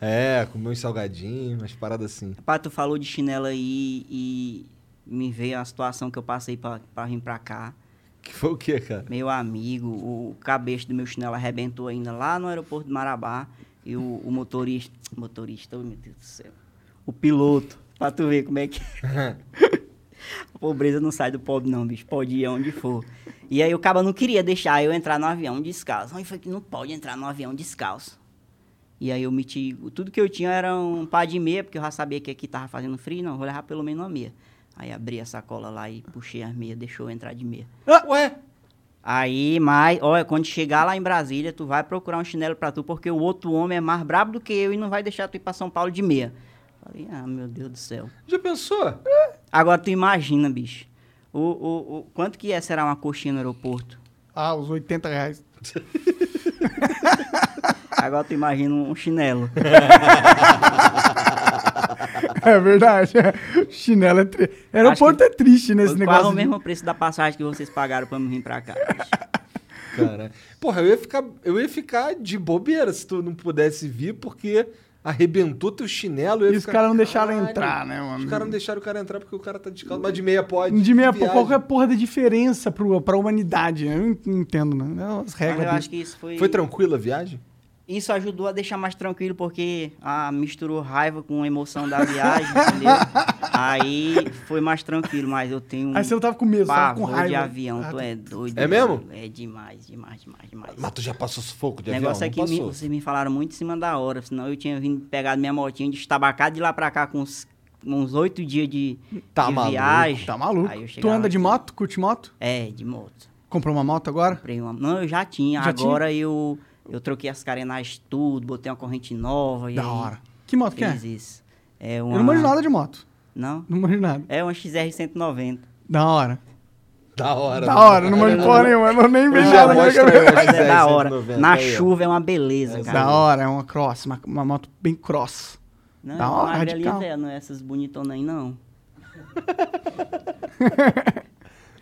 S3: É, comer uns salgadinhos, umas paradas assim.
S4: Rapaz, tu falou de chinelo aí e me veio a situação que eu passei pra, pra vir pra cá.
S3: Que foi o quê, cara?
S4: Meu amigo, o cabeça do meu chinelo arrebentou ainda lá no aeroporto de Marabá. E o, o motorista. Motorista, oh, meu Deus do céu. O piloto, pra tu ver como é que é. A pobreza não sai do pobre, não, bicho. Pode ir aonde for. E aí o caba não queria deixar eu entrar no avião descalço. Aí foi que não pode entrar no avião descalço. E aí eu meti. Tudo que eu tinha era um par de meia, porque eu já sabia que aqui tava fazendo frio, não, vou levar pelo menos uma meia. Aí abri a sacola lá e puxei as meias, deixou eu entrar de meia.
S3: Ué?
S4: Aí, mas, olha, quando chegar lá em Brasília, tu vai procurar um chinelo pra tu, porque o outro homem é mais brabo do que eu e não vai deixar tu ir pra São Paulo de meia. Falei, ah, meu Deus do céu.
S3: Já pensou?
S4: Agora tu imagina, bicho. O, o, o- quanto que é, será uma coxinha no aeroporto?
S2: Ah, os 80 reais.
S4: Agora tu imagina um chinelo.
S2: É verdade. Chinelo é triste. Aeroporto é triste nesse
S4: Foi
S2: negócio.
S4: quase o
S2: de-
S4: mesmo preço da passagem que vocês pagaram pra me vir pra cá, bicho.
S3: Cara, porra, eu ia, ficar, eu ia ficar de bobeira se tu não pudesse vir, porque arrebentou teu chinelo. eu ia
S2: E os
S3: ficar,
S2: caras não deixaram
S3: "Caralho,
S2: entrar, né, mano?"
S3: Os caras não deixaram o cara entrar porque o cara tá de calça, mas de meia pode.
S2: De meia,
S3: que
S2: pô,
S3: viagem.
S2: qual que é a porra da diferença pro, pra humanidade? Eu não não entendo, né? As
S4: Mas
S2: regras.
S4: eu
S2: dele.
S4: acho que isso foi...
S3: Foi tranquila a viagem?
S4: Isso ajudou a deixar mais tranquilo, porque ah, misturou raiva com a emoção da viagem, entendeu? Aí foi mais tranquilo, mas eu tenho um
S2: Aí você não tava com medo, você tava com
S4: pavor
S2: raiva.
S4: de avião,
S2: Ah,
S4: tu é doido.
S3: É
S4: mano.
S3: mesmo?
S4: É demais, demais, demais, demais.
S3: Mas tu já passou sufoco
S4: o
S3: de avião?
S4: negócio é
S3: Não
S4: que me-
S3: passou.
S4: vocês me falaram muito em cima da hora, senão eu tinha vindo pegar minha motinha de estabacado de lá pra cá com uns uns oito dias de,
S3: Tá
S4: de
S3: maluco,
S4: viagem.
S2: Tá maluco.
S4: Aí eu chegava
S2: Tu anda de
S4: aqui-
S2: moto? Curte moto?
S4: É, de moto.
S2: Comprou uma moto agora?
S4: Comprei uma. Não, eu já tinha.
S2: Já tinha?
S4: Agora eu eu troquei as carenagens tudo, botei uma corrente nova. e
S2: Da
S4: aí-
S2: hora. Que moto que é?
S4: Fiz isso. É uma...
S2: Eu não manjo nada de moto.
S4: Não?
S2: Não manjo nada.
S4: É uma XR190.
S2: Da hora.
S3: Da hora.
S2: Da hora, não né? manjo porra nenhuma. Eu nem vejo
S3: Já
S2: nada na minha
S3: mostra
S2: cabeça.
S3: aí,
S4: Mas é da hora.
S3: 190,
S4: Na
S3: aí, ó.
S4: chuva é uma beleza, cara.
S2: Da hora, é uma cross, uma, uma moto bem cross.
S4: Não,
S2: Da
S4: é uma
S2: hora,
S4: Agrelisa,
S2: radical.
S4: é, não é essas bonitonas aí, não.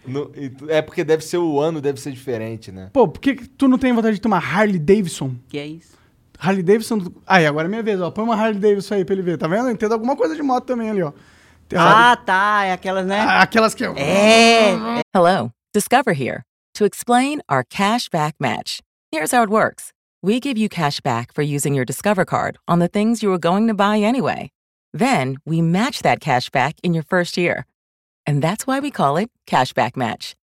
S3: No- e tu- é porque deve ser o ano, deve ser diferente, né?
S2: Pô, por que que tu não tem vontade de tomar Harley Davidson?
S4: Que é isso?
S2: Harley Davidson. do- Aí, agora é minha vez, ó. Põe uma Harley Davidson aí pra ele ver, tá vendo? Eu Entendo alguma coisa de moto também ali, ó. Tem-
S4: Ah, tá. É aquelas, né?
S2: Ah, Aquelas que.
S4: É!
S1: Hello, Discover here to explain our cash back match. Here's how it works we give you cash back for using your Discover card on the things you were going to buy anyway. Then we match that cash back in your first year. And that's why we call it cash back match.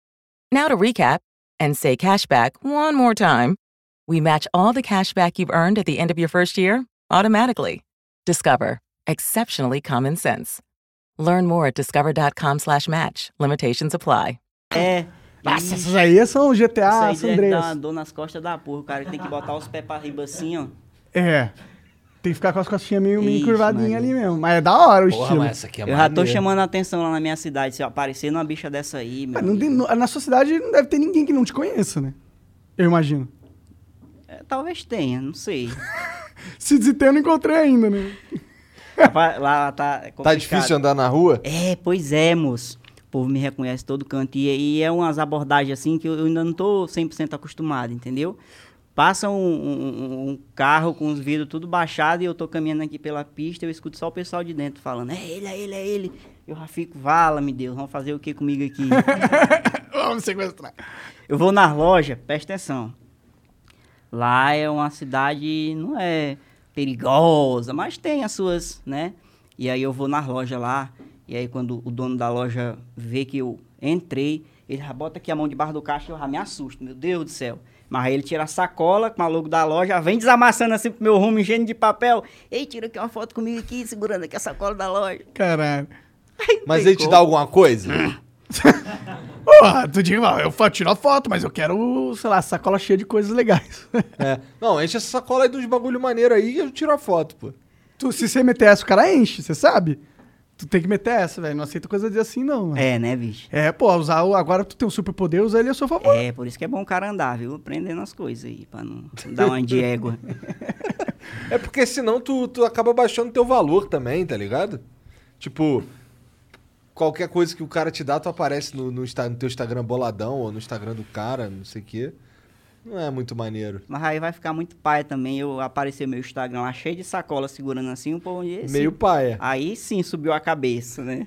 S1: Now to recap and say cash back one more time. We match all the cash back you've earned at the end of your first year automatically. Discover. Exceptionally common sense. Learn more at discover.com slash match. Limitations apply.
S4: É.
S2: Nossa, essas aí são
S4: Isso
S2: GTA,
S4: aí é
S2: são
S4: deve dar uma
S2: Andreas.
S4: dor nas costas da porra. O cara tem que botar os pés pra riba assim, ó.
S2: É. Tem que ficar com as costinhas meio, meio
S4: Isso,
S2: curvadinhas
S4: Maria.
S2: ali mesmo. Mas é da hora o
S3: Porra,
S2: estilo.
S3: mas essa aqui é
S4: Eu já tô
S3: maneira.
S4: chamando a atenção lá na minha cidade. Se eu aparecer numa bicha dessa aí, meu.
S2: Ah, não tem-
S4: amigo.
S2: não- na sua cidade não deve ter ninguém que não te conheça, né? Eu imagino.
S4: É, talvez tenha, não sei.
S2: Se desitei, eu não encontrei ainda, né?
S4: Rapaz, lá tá. é
S3: Tá
S4: complicado.
S3: difícil andar na rua?
S4: É, pois é, moço. O povo me reconhece todo canto. E, e é umas abordagens assim que eu, eu ainda não tô 100% acostumado, entendeu? Passa um, um- um carro com os vidros tudo baixado e eu tô caminhando aqui pela pista, eu escuto só o pessoal de dentro falando, é ele, é ele, é ele. Eu já fico, vala, me Deus, vão fazer o que comigo aqui?
S2: Vamos sequestrar.
S4: Eu vou nas lojas, presta atenção. Lá é uma cidade, não é perigosa, mas tem as suas, né? E aí eu vou nas lojas lá, e aí quando o dono da loja vê que eu entrei, ele já bota aqui a mão debaixo do caixa e eu já me assusto, meu Deus do céu. Mas aí ele tira a sacola com a logo da loja, vem desamassando assim pro meu rumo, engenho de papel. Ei, tira aqui uma foto comigo aqui, segurando aqui a sacola da loja.
S2: Caralho.
S3: Mas
S4: tem
S3: ele te
S4: como.
S3: dá alguma coisa?
S2: Porra, tu diz, "Ah, eu fa- tiro a foto, mas eu quero, sei lá, sacola cheia de coisas legais.
S3: É. Não, enche essa sacola aí de uns bagulho maneiro aí e eu tiro a foto, pô.
S2: tu, se você meter essa, o cara enche, você sabe? Tu tem que meter essa, velho. Não aceita coisa de assim, não, mano.
S4: É, né, bicho?
S2: É, pô, usar o, agora tu tem um superpoder, usa ele a seu favor.
S4: É, por isso que é bom o cara andar, viu? Aprendendo as coisas aí, pra não dar uma de égua.
S3: É porque senão tu, tu acaba baixando teu valor também, tá ligado? Tipo, qualquer coisa que o cara te dá, tu aparece no, no, Insta- no teu Instagram boladão ou no Instagram do cara, não sei o quê. Não é muito maneiro.
S4: Mas aí vai ficar muito pai também. Eu aparecer meu Instagram lá cheio de sacola segurando assim, um pouco de.
S3: Meio paia.
S4: Aí sim subiu a cabeça, né?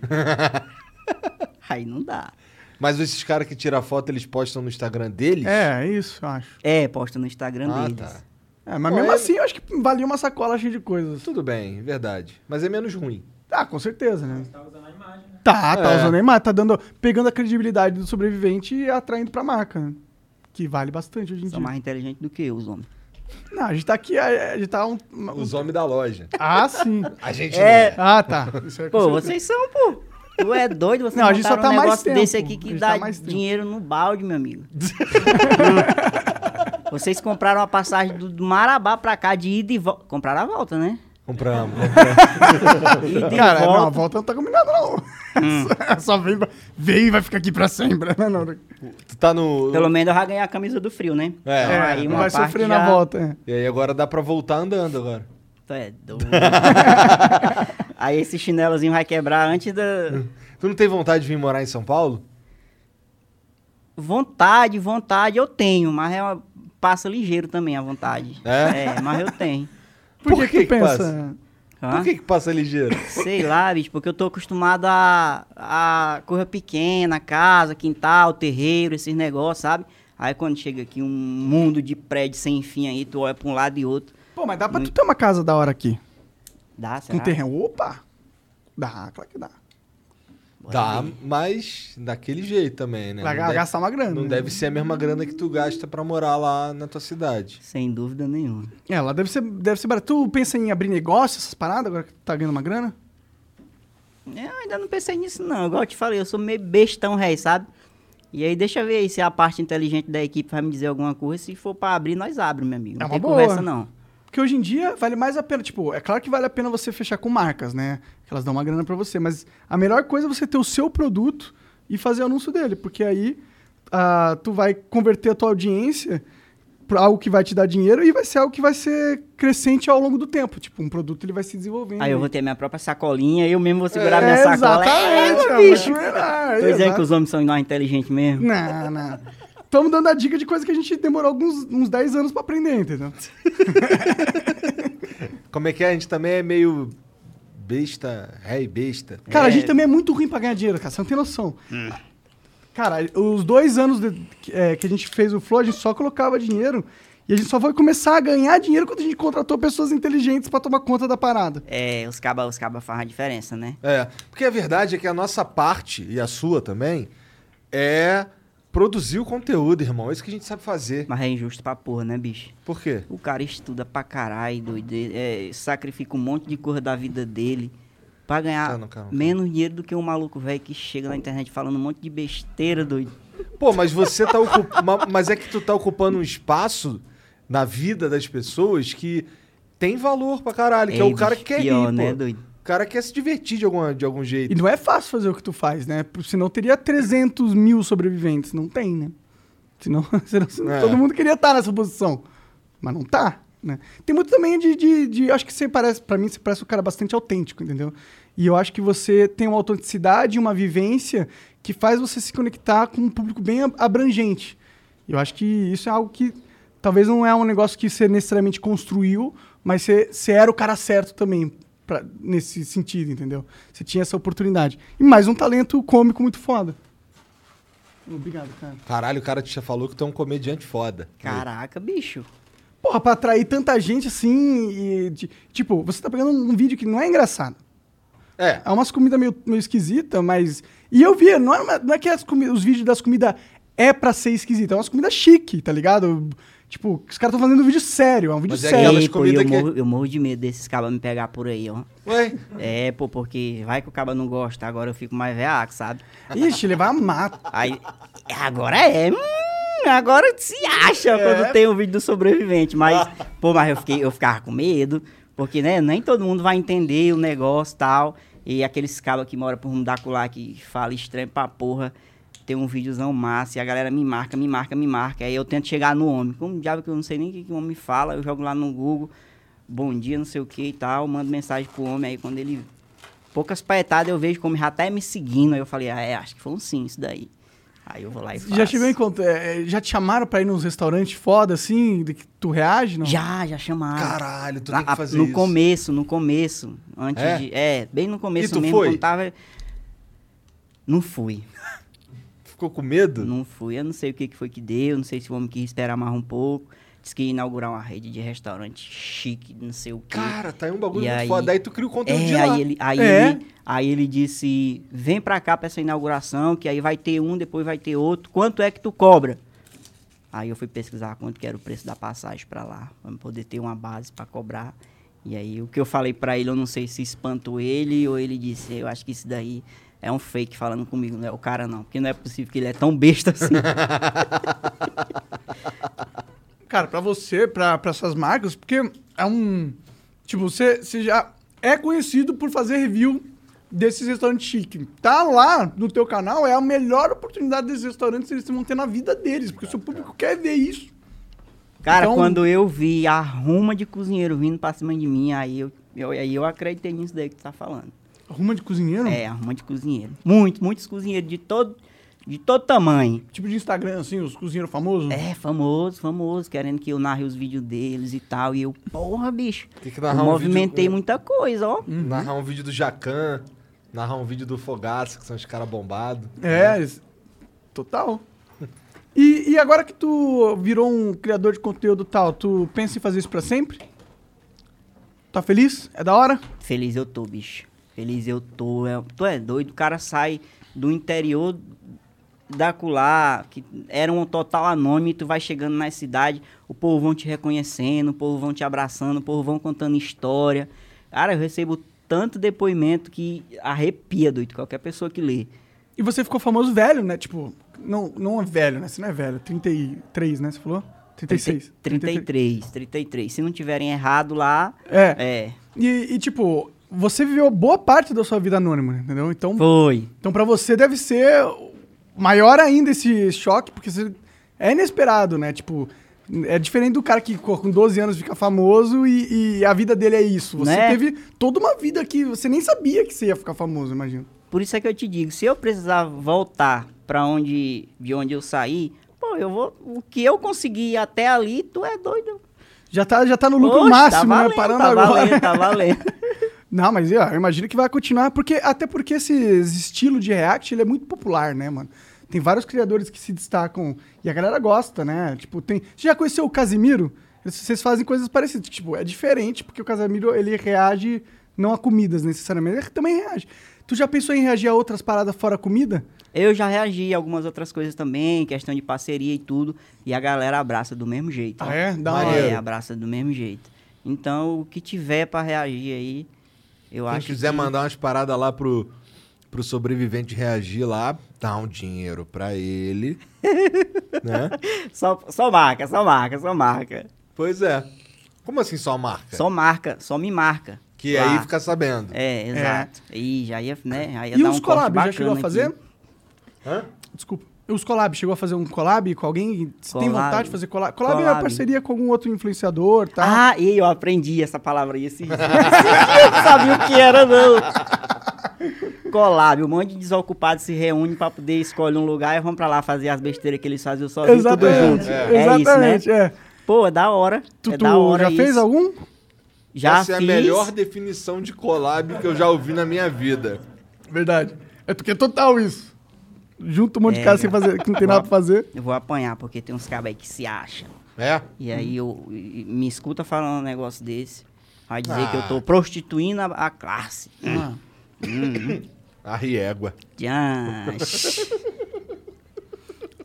S4: aí não dá.
S3: Mas esses caras que tiram foto, eles postam no Instagram deles?
S2: É, isso, eu acho.
S4: É, posta no Instagram
S3: Ah,
S4: deles.
S3: tá.
S2: É, mas
S3: Pô,
S2: mesmo
S3: é-
S2: assim, eu acho que valia uma sacola cheia de coisas.
S3: Tudo bem, verdade. Mas é menos ruim.
S2: Ah, com certeza, né? Tá usando a imagem, né? Tá, tá
S3: É.
S2: usando a imagem, tá dando, pegando a credibilidade do sobrevivente e atraindo pra marca, né? Que vale bastante hoje em
S4: São
S2: dia.
S4: mais inteligentes do que eu, os homens.
S2: Não, a gente tá aqui, a, a gente tá um... um-
S3: Os homens da loja.
S2: Ah, sim.
S3: A gente
S4: É.
S3: não
S2: Ah, tá. Isso é com
S4: Pô,
S2: certeza.
S4: vocês são, pô. Tu é doido, você
S2: Não, a gente só tá
S4: um
S2: mais
S4: negócio
S2: tempo.
S4: desse aqui
S2: A
S4: que
S2: gente
S4: dá
S2: tá mais tempo.
S4: dinheiro no balde, meu amigo. vocês compraram a passagem do, do Marabá pra cá de ida e volta. Compraram a volta, né?
S3: Compramos.
S4: Ida e
S2: Cara,
S4: volta.
S2: não, a volta não tá combinada, não.
S4: Hum.
S2: Só vem, pra- vem e vai ficar aqui pra sempre. né, Não, não, não.
S3: tu tá no.
S4: Pelo menos eu já ganhei a camisa do frio, né?
S3: É.
S4: Então,
S2: É,
S4: aí
S2: não
S4: uma
S2: vai
S4: parte
S2: sofrer
S4: já...
S2: na volta. é.
S3: E aí agora dá pra voltar andando agora.
S4: Tu é doido. aí esse chinelozinho vai quebrar antes da
S3: Tu não tem vontade de vir morar em São Paulo?
S4: vontade, vontade eu tenho, mas é uma... passa ligeiro também a vontade.
S3: É?
S4: mas eu tenho.
S2: Por, que, que, tu pensa?
S4: Hã?
S3: Por que que passa ligeiro?
S4: Sei lá, bicho, porque eu tô acostumado a, a coisa pequena, casa, quintal, terreiro, esses negócios, sabe? Aí quando chega aqui um mundo de prédio sem fim aí, tu olha pra um lado e outro.
S2: Pô, mas dá pra tu ter uma casa da hora aqui.
S4: Dá,
S2: Com
S4: será?
S2: terreno. Opa! Dá, claro que dá.
S3: Dá, mas daquele jeito também, né?
S2: Vai
S3: Não
S2: ga-
S3: deve-
S2: gastar uma grana.
S3: Não
S2: né?
S3: deve ser a mesma grana que tu gasta pra morar lá na tua cidade.
S4: Sem dúvida nenhuma.
S2: É, lá deve ser, deve ser barato. Tu pensa em abrir negócio, essas paradas, agora que tu tá ganhando uma grana?
S4: Eu ainda não pensei nisso, não. Igual eu te falei, eu sou meio bestão, rei, sabe? E aí, deixa eu ver aí se a parte inteligente da equipe vai me dizer alguma coisa. Se for pra abrir, nós abrimos, meu amigo.
S2: É
S4: Não
S2: uma
S4: tem
S2: boa.
S4: conversa, não.
S2: Porque hoje em dia vale mais a pena. Tipo, é claro que vale a pena você fechar com marcas, né? Que elas dão uma grana pra você. Mas a melhor coisa é você ter o seu produto e fazer o anúncio dele. Porque aí ah, tu vai converter a tua audiência para algo que vai te dar dinheiro e vai ser algo que vai ser crescente ao longo do tempo. Tipo, um produto ele vai se desenvolvendo.
S4: Aí eu vou ter minha própria sacolinha, eu mesmo vou segurar minha
S2: É,
S4: sacola.
S2: exatamente,
S4: é,
S2: amor.
S4: bicho.
S2: É,
S4: Tô dizendo
S2: exato.
S4: que os homens são nós inteligentes mesmo.
S2: Não, não. Estamos dando a dica de coisa que a gente demorou alguns, uns 10 anos pra aprender, entendeu?
S3: Como é que é? A gente também é meio besta, rei besta.
S2: Cara, a
S4: É.
S2: gente também é muito ruim pra ganhar dinheiro, cara. Você não tem noção. Cara, os dois anos de- que, é, que a gente fez o Flow, a gente só colocava dinheiro e a gente só foi começar a ganhar dinheiro quando a gente contratou pessoas inteligentes pra tomar conta da parada.
S4: É, os cabas os caba fazem a diferença, né?
S3: É, porque a verdade é que a nossa parte, e a sua também, é produzir o conteúdo, irmão. É isso que a gente sabe fazer.
S4: Mas é injusto pra porra, né, bicho?
S3: Por quê?
S4: O cara estuda pra caralho, doido. É, sacrifica um monte de coisa da vida dele pra ganhar
S3: Calma, calma, calma.
S4: Uhum. menos dinheiro do que um maluco velho que chega na internet falando um monte de besteira, doido.
S3: Pô, mas você tá ocupando. Mas é que tu tá ocupando um espaço na vida das pessoas que tem valor pra caralho. Que é,
S4: Ei,
S3: o cara que
S4: bicho,
S3: quer
S4: pior,
S3: rir, pô.
S4: né, doido?
S3: O cara quer se divertir de, alguma, de algum jeito.
S2: E não é fácil fazer o que tu faz, né? Por- Senão teria 300 mil sobreviventes. Não tem, né? Senão, senão, senão
S3: É.
S2: todo mundo queria estar nessa posição. Mas não tá, né? Tem muito também de... de, de- acho que você parece... Pra mim, você parece um cara bastante autêntico, entendeu? E eu acho que você tem uma autenticidade e uma vivência que faz você se conectar com um público bem ab- abrangente. Eu acho que isso é algo que talvez não é um negócio que você necessariamente construiu, mas você, você era o cara certo também pra- nesse sentido, entendeu? Você tinha essa oportunidade. E mais um talento cômico muito foda. Obrigado, cara.
S3: Caralho, o cara te falou que tu é um comediante foda.
S4: Caraca, bicho.
S2: Porra, pra atrair tanta gente assim e... de- tipo, você tá pegando um vídeo que não é engraçado.
S3: É.
S2: É umas comidas meio, meio esquisitas, mas... E eu via, não, era uma- não é que as comi- os vídeos das comidas é pra ser esquisita, é umas comidas chique, tá ligado? Tipo, os caras estão fazendo um vídeo sério, é um vídeo
S3: Mas é
S2: sério.
S3: aquelas
S4: Ei, pô,
S3: comidas
S4: eu,
S3: que-
S4: morro, eu morro de medo desses cabas me pegar por aí, ó.
S3: Ué?
S4: É, pô, porque vai que o caba não gosta, agora eu fico mais veaco, sabe?
S2: Ixi, levar a mata.
S4: Aí, agora é, hum, agora se acha quando tem um vídeo do sobrevivente, mas, pô, mas eu, fiquei, eu ficava com medo, porque, né, nem todo mundo vai entender o negócio e tal, e aqueles cabas que mora por Mundaculá, que fala estranho pra porra, tem um videozão massa, e a galera me marca, me marca, me marca, aí eu tento chegar no homem, como um diabo que eu não sei nem o que, que o homem fala, eu jogo lá no Google, bom dia, não sei o que e tal, mando mensagem pro homem, aí quando ele... Poucas paetadas eu vejo como ele já tá me seguindo. Aí eu falei, ah, é, acho que foi um sim isso daí. Aí eu vou lá e faço.
S2: Já tive em conta, é, é, já te chamaram pra ir nos restaurantes foda assim, de que tu reage, não?
S4: Já, já chamaram.
S3: Caralho, tu
S4: Lá-
S3: tem que fazer
S4: Ah. No
S3: isso.
S4: começo, no começo. Antes
S3: É?
S4: de. É, bem no começo
S3: E tu
S4: mesmo,
S3: foi?
S4: quando tava. Não fui.
S3: Ficou com medo?
S4: Não fui. Eu não sei o que, que foi que deu. Não sei se o homem quis esperar mais um pouco. Diz que ia inaugurar uma rede de restaurante chique, não sei o quê.
S3: Cara, tá aí um bagulho
S4: E
S3: muito
S4: aí-
S3: foda. Aí tu cria o conteúdo de
S4: É,
S3: lá.
S4: aí ele, aí,
S2: É.
S4: ele, aí ele disse: vem pra cá pra essa inauguração, que aí vai ter um, depois vai ter outro. Quanto é que tu cobra? Aí eu fui pesquisar quanto que era o preço da passagem pra lá, pra eu poder ter uma base pra cobrar. E aí o que eu falei pra ele, eu não sei se espantou ele ou ele disse: eu acho que isso daí é um fake falando comigo, não é o cara não, porque não é possível que ele é tão besta assim.
S2: Cara, pra você, pra, pra essas marcas, porque é um. Tipo, você, você já é conhecido por fazer review desses restaurantes chique. Tá lá no teu canal, é a melhor oportunidade desses restaurantes eles vão ter na vida deles, porque o seu público quer ver isso.
S4: Cara,
S2: Então-
S4: quando eu vi a ruma de cozinheiro vindo pra cima de mim, aí eu, eu, aí eu acreditei nisso daí que tu tá falando.
S2: Arruma de cozinheiro?
S4: É,
S3: Hum.
S4: arruma de cozinheiro. Muito, muitos cozinheiros de todo, de todo tamanho.
S2: Tipo de Instagram, assim, os cozinheiros famosos?
S4: É, famoso, famoso, querendo que eu narre os vídeos deles e tal. E eu, porra, bicho.
S3: Tem que
S4: Eu
S3: narrar um
S4: movimentei
S3: vídeo,
S4: muita coisa, ó.
S3: Narrar um vídeo do Jacan, narrar um vídeo do Fogaça, que são os caras bombados.
S2: É, es- total. E, e agora que tu virou um criador de conteúdo tal, tu pensa em fazer isso pra sempre? Tá feliz? É da hora?
S4: Feliz eu tô, bicho. Feliz eu tô. É, tu é doido, o cara sai do interior da Culá, que era um total anônimo, e tu vai chegando na cidade, o povo vão te reconhecendo, o povo vão te abraçando, o povo vão contando história. Cara, eu recebo tanto depoimento que arrepia, doido, qualquer pessoa que lê.
S2: E você ficou famoso velho, né? Tipo, não, não é velho, né? Você não é velho, 33, né? Você falou? 36.
S4: 33, 33. Se não tiverem errado lá,
S2: É.
S4: é.
S2: E, e, tipo, você viveu boa parte da sua vida anônima, entendeu? Então,
S4: Foi.
S2: então para você deve ser maior ainda esse choque, porque você é inesperado, né? Tipo, é diferente do cara que co- com 12 anos fica famoso e, e a vida dele é isso. Você
S4: Né?
S2: teve toda uma vida que você nem sabia que você ia ficar famoso, imagino.
S4: Por isso é que eu te digo, se eu precisar voltar pra onde de onde eu saí, pô, eu vou o que eu consegui até ali, tu é doido.
S2: Já tá, já tá no lucro
S4: Oxe,
S2: máximo,
S4: tá valendo,
S2: né? Parando
S4: tá
S2: agora.
S4: Valendo, tá valendo.
S2: Não, mas ó, eu imagino que vai continuar, porque até porque esse estilo de React ele é muito popular, né, mano? Tem vários criadores que se destacam e a galera gosta, né? Tipo, tem. Você já conheceu o Casimiro? Eles- Vocês fazem coisas parecidas. Tipo, é diferente, porque o Casimiro ele reage não a comidas necessariamente, ele também reage. Tu já pensou em reagir a outras paradas fora comida?
S4: Eu já reagi a algumas outras coisas também, questão de parceria e tudo, e a galera abraça do mesmo jeito. ó.
S2: Ah, é? Da
S4: é,
S3: hora.
S4: abraça do mesmo jeito. Então, o que tiver pra reagir aí, eu
S3: Quem
S4: acho
S3: quiser
S4: que...
S3: mandar umas paradas lá pro, pro sobrevivente reagir lá, dá um dinheiro pra ele. né?
S4: Só, só marca, só marca, só marca.
S3: Pois é. Como assim só
S2: É.
S3: marca?
S4: Só marca, só me marca.
S3: Que
S4: Lá.
S3: aí fica sabendo.
S4: É, exato. E já ia, né? Aí ia
S2: e
S4: dar
S2: os
S4: um corte
S2: collab, já
S4: bacana
S2: chegou a
S4: aqui.
S2: fazer?
S3: Hã?
S2: Desculpa. E os collab, chegou a fazer um collab com alguém? Você tem
S4: Collab.
S2: vontade de fazer collab? Collab, é uma
S4: Collab.
S2: parceria com algum outro influenciador, tá?
S4: Ah, e eu aprendi essa palavra aí esses dias. Esses dias eu não sabia o que era, não. Collab, um monte de desocupados se reúne pra poder escolher um lugar e vão pra lá fazer as besteiras que eles faziam sozinhos, tudo junto.
S2: Exatamente.
S4: É, isso,
S2: Exatamente,
S4: né?
S2: é.
S4: Pô, é da hora.
S2: Tu,
S4: é
S2: tu
S4: da hora
S2: já
S4: isso.
S2: fez algum?
S4: Já
S3: Essa é a
S4: fiz.
S3: melhor definição de collab que eu já ouvi na minha vida.
S2: Verdade. É porque é total isso. Junta um
S4: É.
S2: monte de cara sem fazer, que não tem nada pra fazer.
S4: Eu vou apanhar, porque tem uns cabos aí que se acham.
S3: É?
S4: E aí eu, e- e me escuta falando um negócio desse. Vai dizer que eu
S3: Ah.
S4: tô prostituindo a, a classe.
S2: Ah.
S3: A riégua.
S4: Tchan.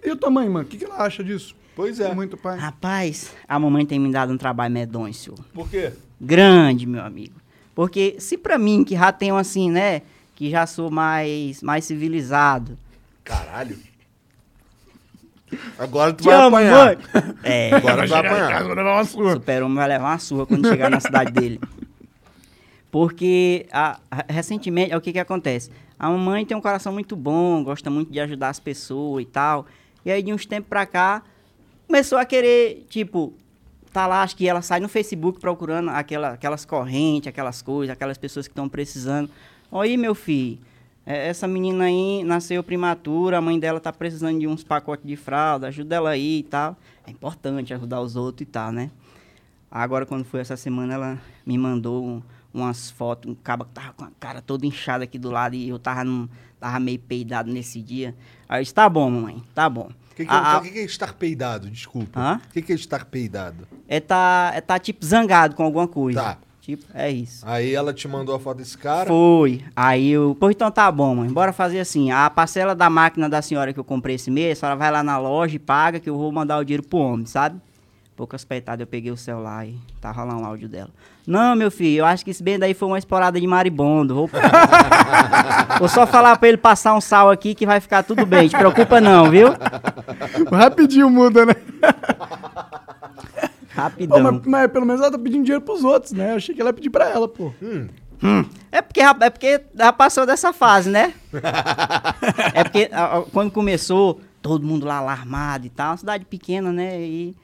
S2: E a tua mãe, mano? O que, que ela acha disso?
S3: Pois é.
S2: Muito pai.
S4: Rapaz, a mamãe tem me dado um trabalho medonho, senhor.
S3: Por quê?
S4: Grande, meu amigo. Porque se pra mim, que já tenho assim, né? Que já sou mais, mais civilizado.
S3: Caralho. Agora tu
S4: Te
S3: vai
S4: amo,
S3: apanhar.
S4: mãe. É,
S3: Agora tu vai apanhar.
S4: o super-homem vai levar uma surra quando chegar na cidade dele. Porque, a- a- recentemente, é o que que acontece? A mamãe tem um coração muito bom, gosta muito de ajudar as pessoas e tal. E aí, de uns tempos pra cá, começou a querer, tipo, tá lá, acho que ela sai no Facebook procurando aquela, aquelas correntes, aquelas coisas, aquelas pessoas que estão precisando. Oi, meu filho, é, essa menina aí nasceu prematura, a mãe dela tá precisando de uns pacotes de fralda, ajuda ela aí e tal. É importante ajudar os outros e tal, né? Agora, quando foi essa semana, ela me mandou um- umas fotos, um cabo que tava com a cara toda inchada aqui do lado e eu tava, num, tava meio peidado nesse dia. Aí eu disse, tá bom, mamãe, tá bom.
S3: O que, que,
S4: A- a-
S3: o que que é estar peidado? Desculpa.
S4: Hã?
S3: O que, que é estar peidado?
S4: é tá, é tá tipo zangado com alguma coisa.
S3: Tá.
S4: Tipo, é isso.
S3: Aí ela te mandou a foto desse cara.
S4: Foi. Aí eu. Pô, então tá bom, mãe. Bora fazer assim. A parcela da máquina da senhora que eu comprei esse mês, a senhora vai lá na loja e paga que eu vou mandar o dinheiro pro homem, sabe? Poucas peitadas eu peguei o celular e tava lá um áudio dela. Não, meu filho, eu acho que esse bem daí foi uma esporada de maribondo. Vou, vou só falar pra ele passar um sal aqui que vai ficar tudo bem. Te preocupa não, viu?
S2: Rapidinho muda, né? Pô,
S4: Rapidão.
S2: mas, mas pelo menos ela tá pedindo dinheiro pros outros, né? Eu achei que ela ia pedir pra ela, pô.
S4: É porque, já- é porque já passou dessa fase, né? é porque a- a- quando começou, todo mundo lá alarmado e tal, uma cidade pequena, né? E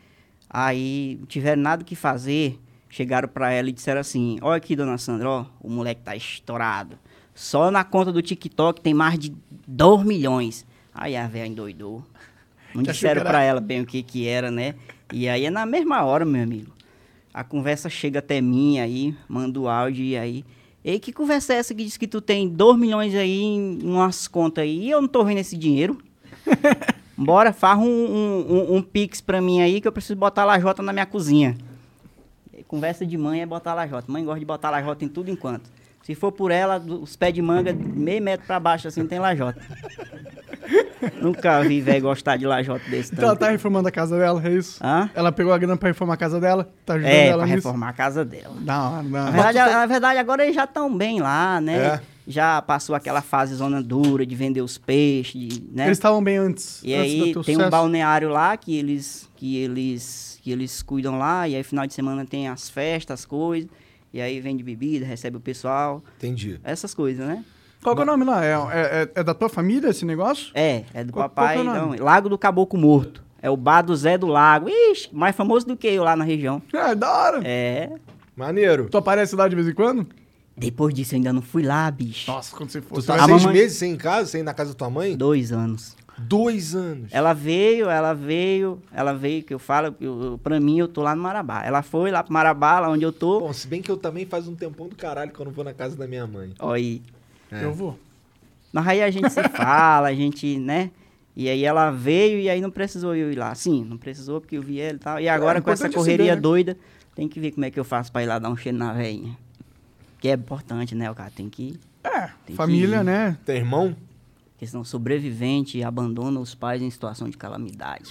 S4: aí não tiveram nada o que fazer, chegaram pra ela e disseram assim: Olha aqui, dona Sandra, ó, o moleque tá estourado. Só na conta do TikTok tem mais de 2 milhões. Aí a velha endoidou. Não
S2: Que achou
S4: disseram
S2: que era-
S4: pra ela bem o que que era, né? E aí é na mesma hora, meu amigo. A conversa chega até mim aí, manda o áudio e aí. Ei, que conversa é essa que diz que tu tem 2 milhões aí em umas contas aí e eu não tô vendo esse dinheiro? Bora, farra um, um, um- um pix pra mim aí que eu preciso botar lajota na minha cozinha. E Conversa de mãe é botar lajota. Mãe gosta de botar lajota em tudo enquanto. Se for por ela, do- os pés de manga, meio metro pra baixo assim, tem lajota. Nunca vi velho gostar de lajota desse
S2: Então ela
S4: tanto.
S2: tá reformando a casa dela, é isso?
S4: Hã?
S2: Ela pegou a grana pra reformar a casa dela? Tá ajudando
S4: É, pra
S2: ela nisso?
S4: reformar a casa dela.
S2: Da hora, da
S4: Na
S2: hora.
S4: verdade, na verdade, agora eles já estão bem lá, né?
S3: É.
S4: já passou aquela fase zona dura de vender os peixes, de, né?
S2: Eles estavam bem antes.
S4: E
S2: antes
S4: aí
S2: do teu
S4: tem um
S2: sucesso.
S4: balneário lá que eles que eles que eles cuidam lá e aí final de semana tem as festas, as coisas. E aí vende bebida, recebe o pessoal,
S3: Entendi.
S4: essas coisas, né?
S2: Qual que é o nome lá? É, é- é- é da tua família esse negócio?
S4: É, é do
S2: Qual-
S4: papai,
S2: qual que é o
S4: então,
S2: nome?
S4: Lago do Caboclo Morto. É o bar do Zé do Lago. Ixi, mais famoso do que eu lá na região.
S2: É, da hora.
S4: É.
S3: Maneiro.
S2: Tu aparece lá de vez em quando?
S4: Depois disso eu ainda não fui lá, bicho.
S2: Nossa, quando você for.
S3: Tu
S2: você
S3: tá
S2: vai-
S4: A
S3: seis
S4: mamãe-
S3: meses sem ir em casa, sem ir na casa da tua mãe?
S4: Dois anos.
S3: Dois anos.
S4: Ela veio, ela veio, ela veio, que eu falo, eu, eu- pra mim eu tô lá no Marabá. Ela foi lá pro Marabá, lá onde eu tô.
S3: Bom, se bem que eu também faz um tempão do caralho que eu não vou na casa da minha mãe.
S4: Ó, aí.
S2: Eu vou.
S4: Mas aí a gente se fala, a gente, né? E aí ela veio e aí não precisou eu ir lá. Sim, não precisou porque eu vi ela e tal. E agora
S2: É,
S4: com essa
S2: importante se
S4: correria
S2: ver, né?
S4: doida, tem que ver como é que eu faço pra ir lá dar um cheiro na veinha. Que é importante, né, o cara tem que ir.
S2: É,
S4: Tem
S2: família,
S4: que ir.
S2: né?
S3: Tem irmão?
S4: Porque senão sobrevivente abandona os pais em situação de calamidade.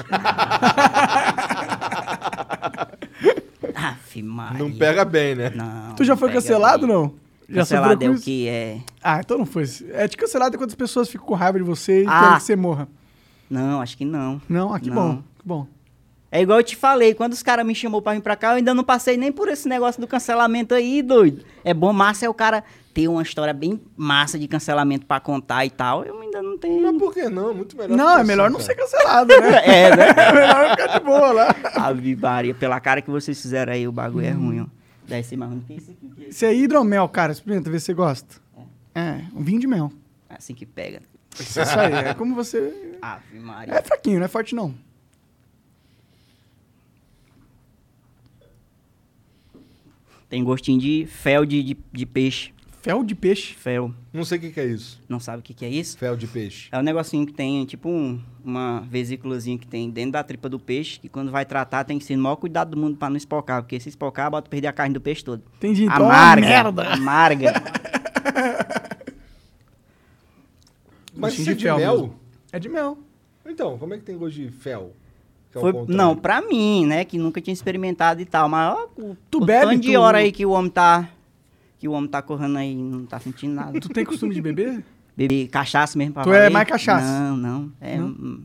S4: Aff, Maria.
S3: Não pega bem, né?
S4: Não,
S2: tu já
S4: não
S2: foi
S4: pega
S2: cancelado,
S4: bem.
S2: não? Já sofreu
S4: Cancelado
S2: com
S4: é o
S2: isso?
S4: que é.
S2: Ah, então não foi. É de cancelado é quando as pessoas ficam com raiva de você e
S4: Ah.
S2: querem que você morra.
S4: Não, acho que não.
S2: Não, ah, que
S4: Não.
S2: bom. Que bom.
S4: É igual eu te falei, quando os caras me chamou pra vir pra cá, eu ainda não passei nem por esse negócio do cancelamento aí, doido. É bom, massa é o cara ter uma história bem massa de cancelamento pra contar e tal. Eu ainda não
S3: Mas
S4: tenho.
S3: por que não? Muito melhor.
S2: Não,
S3: ficar
S2: é melhor
S3: assim,
S2: não
S3: cara.
S2: ser cancelado, né?
S4: É, né?
S2: É melhor ficar de boa lá.
S4: Ave Maria, pela cara que vocês fizeram aí, o bagulho é ruim, ó. Deve ser mais ruim que isso aqui. que
S2: Isso é hidromel, cara. Experimenta, vê se você gosta. É, um vinho de mel.
S4: é Assim que pega.
S2: Isso aí, é como você...
S4: Ave
S2: É
S4: Maria.
S2: fraquinho, não é forte, não.
S4: Tem gostinho de fel de, de, de peixe.
S2: Fel de peixe.
S4: Fel.
S3: Não sei o que, que é isso.
S4: Não sabe o que, que é isso?
S3: Fel de peixe.
S4: É um negocinho que tem, tipo um- uma vesículazinha que tem dentro da tripa do peixe, que quando vai tratar tem que ser o maior cuidado do mundo pra não espocar, porque se espocar, bota perder a carne do peixe todo.
S2: Entendi, então é uma
S4: amarga,
S2: merda.
S4: amarga.
S3: Mas
S2: Gostinho
S3: isso é
S2: de
S3: de
S2: fel
S3: mel?
S2: mesmo. É de mel.
S3: Então, como é que tem gosto de fel? Que é o
S4: Foi,
S3: contrário.
S4: não, pra mim, né, que nunca tinha experimentado e tal, mas ó, o,
S2: Tu
S4: o
S2: bebe,
S4: tanto Então, de
S2: tu-
S4: hora aí que o homem tá, que o homem tá correndo aí, não tá sentindo nada.
S2: Tu tem costume de beber?
S4: Beber cachaça mesmo pra
S2: Tu é
S4: valer?
S2: mais cachaça?
S4: Não, não, é, hum,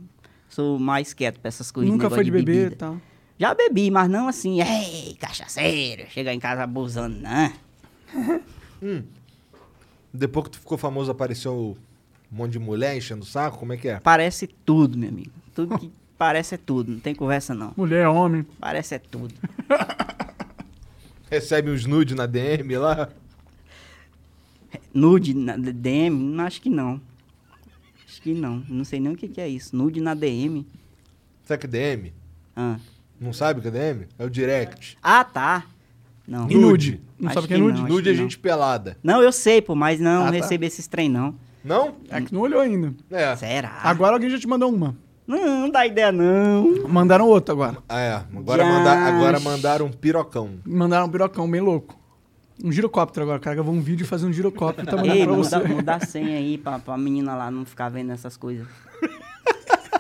S4: sou mais quieto pra essas coisas.
S2: Nunca
S4: negócio
S2: foi de beber tá.
S4: bebida.
S2: e tal.
S4: Já bebi, mas não assim, ei, cachaceiro, chega em casa abusando, né?
S3: Depois que tu ficou famoso, apareceu um monte de mulher enchendo o saco? Como é que é?
S4: Parece tudo, meu amigo. Tudo que parece é tudo, não tem conversa não.
S2: Mulher, homem.
S4: Parece é tudo.
S3: Recebe uns nude na DM lá?
S4: Nude na D- DM, não, acho que não. Acho que não, não sei nem o que, que é isso. Nude na DM.
S3: Será que é DM?
S4: Ah,
S3: Não sabe o que é DM? É o direct.
S4: Ah, tá. Não.
S2: E nude. Não
S4: Acho
S2: sabe o que é
S4: que
S2: nude?
S4: não. acho
S3: nude é
S4: que
S3: gente pelada.
S4: Não, eu sei, pô, mas não
S2: Ah, tá.
S4: recebi esses trem não. Ah.
S3: Não?
S2: É que não olhou ainda.
S3: É.
S4: Será?
S2: Ah. Agora alguém já te mandou uma.
S4: Não, não dá ideia não.
S2: Mandaram outra agora.
S3: Ah, é. Agora, manda, agora mandaram um pirocão.
S2: Mandaram um pirocão bem louco. Um girocóptero agora, cara. Gravou um vídeo e fazer um girocóptero e tá mandando
S4: Ei,
S2: pra você.
S4: muda, muda a senha aí pra, pra menina lá não ficar vendo essas coisas.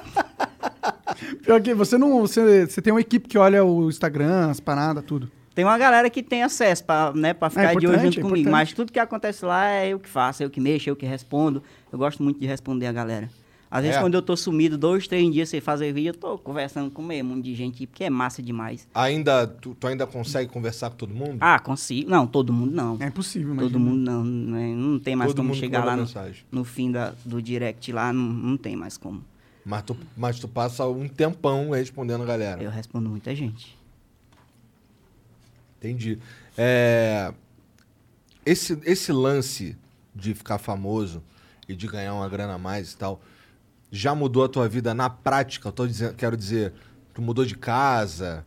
S2: Pior que você não. Você, você tem uma equipe que olha o Instagram, as paradas, tudo.
S4: Tem uma galera que tem acesso pra, né, pra ficar de olho
S2: importante,
S4: junto
S2: é
S4: comigo,
S2: importante.
S4: mas tudo que acontece lá é eu que faço, é eu que mexo, é eu que respondo. Eu gosto muito de responder a galera. Às vezes,
S3: É?
S4: quando eu tô sumido, dois, três dias sem fazer vídeo, eu tô conversando com meio mundo de gente, porque é massa demais.
S3: Ainda, tu, tu ainda consegue conversar com todo mundo?
S4: Ah, consigo. Não, todo mundo não.
S2: É impossível, mas.
S4: todo mundo não. né, Não tem mais
S3: Todo
S4: como
S3: mundo que
S4: chegar
S3: manda
S4: lá no,
S3: mensagem.
S4: no fim da- do direct lá, não, não tem mais como.
S3: Mas, tu, mas tu passa um tempão respondendo a galera.
S4: Eu respondo muita gente.
S3: Entendi. É, esse, esse lance de ficar famoso e de ganhar uma grana a mais e tal, já mudou a tua vida na prática? Eu tô dizendo, quero dizer, tu mudou de casa,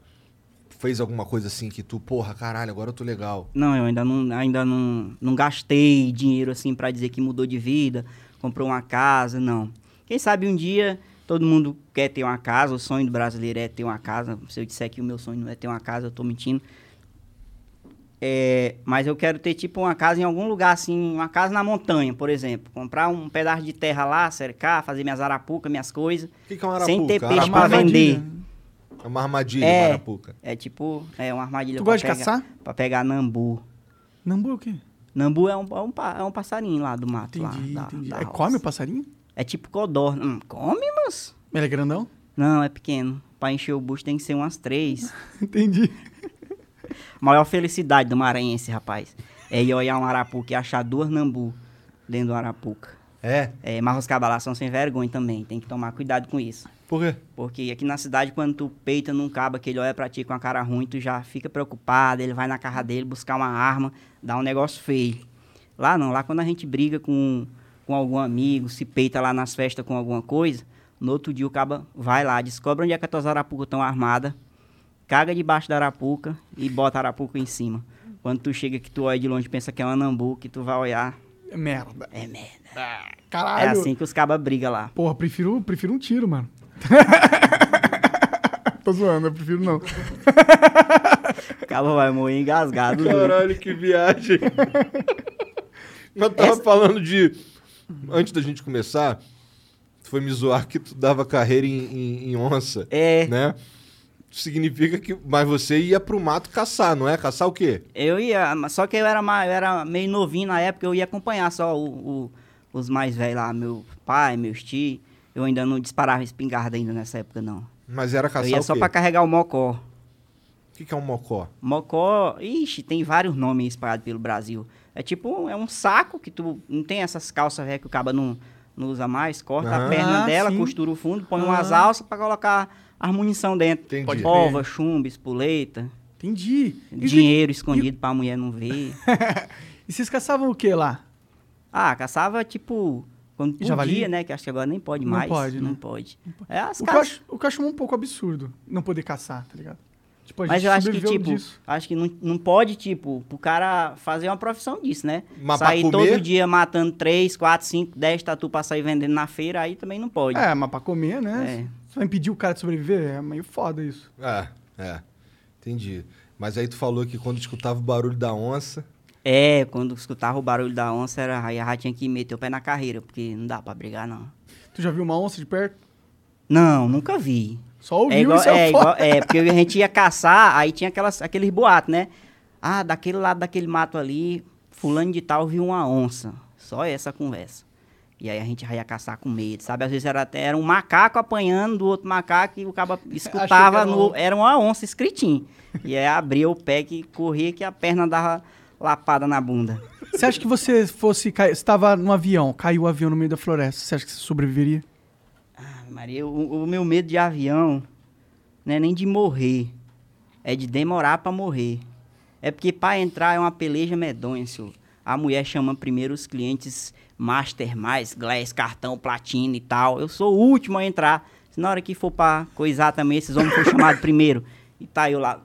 S3: fez alguma coisa assim que tu, porra, caralho, agora eu tô legal.
S4: Não, eu ainda não, ainda não, não gastei dinheiro assim pra dizer que mudou de vida, comprou uma casa, não. Quem sabe um dia todo mundo quer ter uma casa, o sonho do brasileiro é ter uma casa. Se eu disser que o meu sonho não é ter uma casa, eu tô mentindo. É, mas eu quero ter tipo uma casa em algum lugar assim, uma casa na montanha, por exemplo, comprar um pedaço de terra lá, cercar, fazer minhas arapucas, minhas coisas,
S3: O que, que é uma arapuca?
S4: sem ter
S3: É
S4: peixe
S3: uma
S4: pra
S3: armadilha,
S4: vender.
S3: É uma armadilha,
S4: É.
S3: uma arapuca.
S4: É tipo, é uma armadilha
S2: Tu
S4: pra
S2: gosta de
S4: pegar-
S2: caçar?
S4: Pra pegar nambu.
S2: Nambu o quê?
S4: Nambu é um, é um, pa- é um passarinho lá do mato. lá,
S2: Entendi,
S4: da-
S2: entendi.
S4: da
S2: É,
S4: roça.
S2: come o passarinho?
S4: É tipo codorna. Hum, come, moço?
S2: Ele é grandão?
S4: Não, é pequeno. Pra encher o bucho tem que ser umas três.
S2: Entendi.
S4: Maior felicidade do maranhense, rapaz. É ir olhar um arapuca e achar duas nambu dentro do arapuca.
S3: É.
S4: É, mas os cabas lá são sem vergonha também. Tem que tomar cuidado com isso.
S3: Por quê?
S4: Porque aqui na cidade, quando tu peita num caba que ele olha pra ti com a cara ruim, tu já fica preocupado, ele vai na casa dele buscar uma arma, dá um negócio feio. Lá não, lá quando a gente briga com, com algum amigo, se peita lá nas festas com alguma coisa, no outro dia o caba vai lá, descobre onde é que as tuas arapucas estão armadas, caga debaixo da arapuca e bota a arapuca em cima. Quando tu chega que tu olha de longe pensa que é um anambu, que tu vai olhar,
S2: É merda.
S4: é merda. É
S2: Caralho.
S4: assim que os cabas brigam lá.
S2: Porra, prefiro, prefiro um tiro, mano. Tô zoando, eu prefiro não.
S4: O caba vai morrer engasgado. doido.
S3: Caralho, que viagem. Eu tava falando de. Antes da gente começar, tu foi me zoar que tu dava carreira em, em- em onça.
S4: É.
S3: Né? Significa que. Mas você ia pro mato caçar, não é? Caçar o quê?
S4: Eu ia, mas só que eu era, ma- eu era meio novinho na época, eu ia acompanhar só o- o- os mais velhos lá, meu pai, meus tios. Eu ainda não disparava espingarda ainda nessa época, não.
S3: Mas era
S4: eu
S3: caçar
S4: ia
S3: o
S4: só
S3: quê?
S4: pra carregar o mocó.
S3: O que, que é um mocó?
S4: Mocó, ixi, tem vários nomes espalhados pelo Brasil. É tipo, é um saco que tu não tem essas calças velhas que o caba não, não usa mais, corta
S3: Aham.
S4: a perna
S2: Ah,
S4: dela,
S2: sim.
S4: costura o fundo, põe
S2: Ah.
S4: umas alças pra colocar as munição dentro.
S3: Entendi. Pode
S4: Ova, chumbo, espoleta,
S2: Entendi. E,
S4: dinheiro escondido pra mulher não ver.
S2: e vocês caçavam o que lá?
S4: Ah, caçava tipo quando podia,
S2: Javali?
S4: né? Que acho que agora nem pode
S2: Não
S4: mais.
S2: pode, né?
S4: Não pode. É as
S2: O que, eu
S4: caças.
S2: acho, o que eu acho um pouco absurdo, não poder caçar, tá ligado? Tipo, a
S4: Mas
S2: gente
S4: eu acho que,
S2: sobreviveu
S4: tipo,
S2: disso.
S4: acho que não, não pode, tipo, pro cara fazer uma profissão disso, né?
S3: Mas pra
S4: sair
S3: comer?
S4: todo dia matando 3, 4, 5, 10 tatu pra sair vendendo na feira, aí também não pode.
S2: É, mas pra comer, né?
S4: É.
S2: Você vai impedir o cara de sobreviver? É meio foda isso.
S3: É, é. Entendi. Mas aí tu falou que quando escutava o barulho da onça.
S4: É, quando escutava o barulho da onça, era, aí já tinha que meter o pé na carreira, porque não dá pra brigar, não.
S2: Tu já viu uma onça de perto?
S4: Não, nunca vi.
S2: Só ouviu
S4: é igual,
S2: isso é,
S4: é,
S2: foda.
S4: igual- é, porque a gente ia caçar, aí tinha aquelas, aqueles boatos, né? Ah, daquele lado daquele mato ali, fulano de tal viu uma onça. Só essa conversa. E aí a gente já ia caçar com medo, sabe? Às vezes era até era um macaco apanhando do outro macaco e o cara
S2: era
S4: escutava, era,
S2: uma
S4: no, era uma onça escritinho. E aí abria o pé que corria que a perna dava lapada na bunda.
S2: Você acha que você fosse. Cai... Você tava num avião, caiu o avião no meio da floresta. Você acha que você sobreviveria?
S4: Ave Maria, o, o meu medo de avião não é nem de morrer, é de demorar pra morrer. É porque pra entrar é uma peleja medonha, senhor. A mulher chama primeiro os clientes Master, mais Glass, cartão, platina e tal. Eu sou o último a entrar. Se na hora que for pra coisar também, esses homens foram chamados primeiro. E tá eu lá,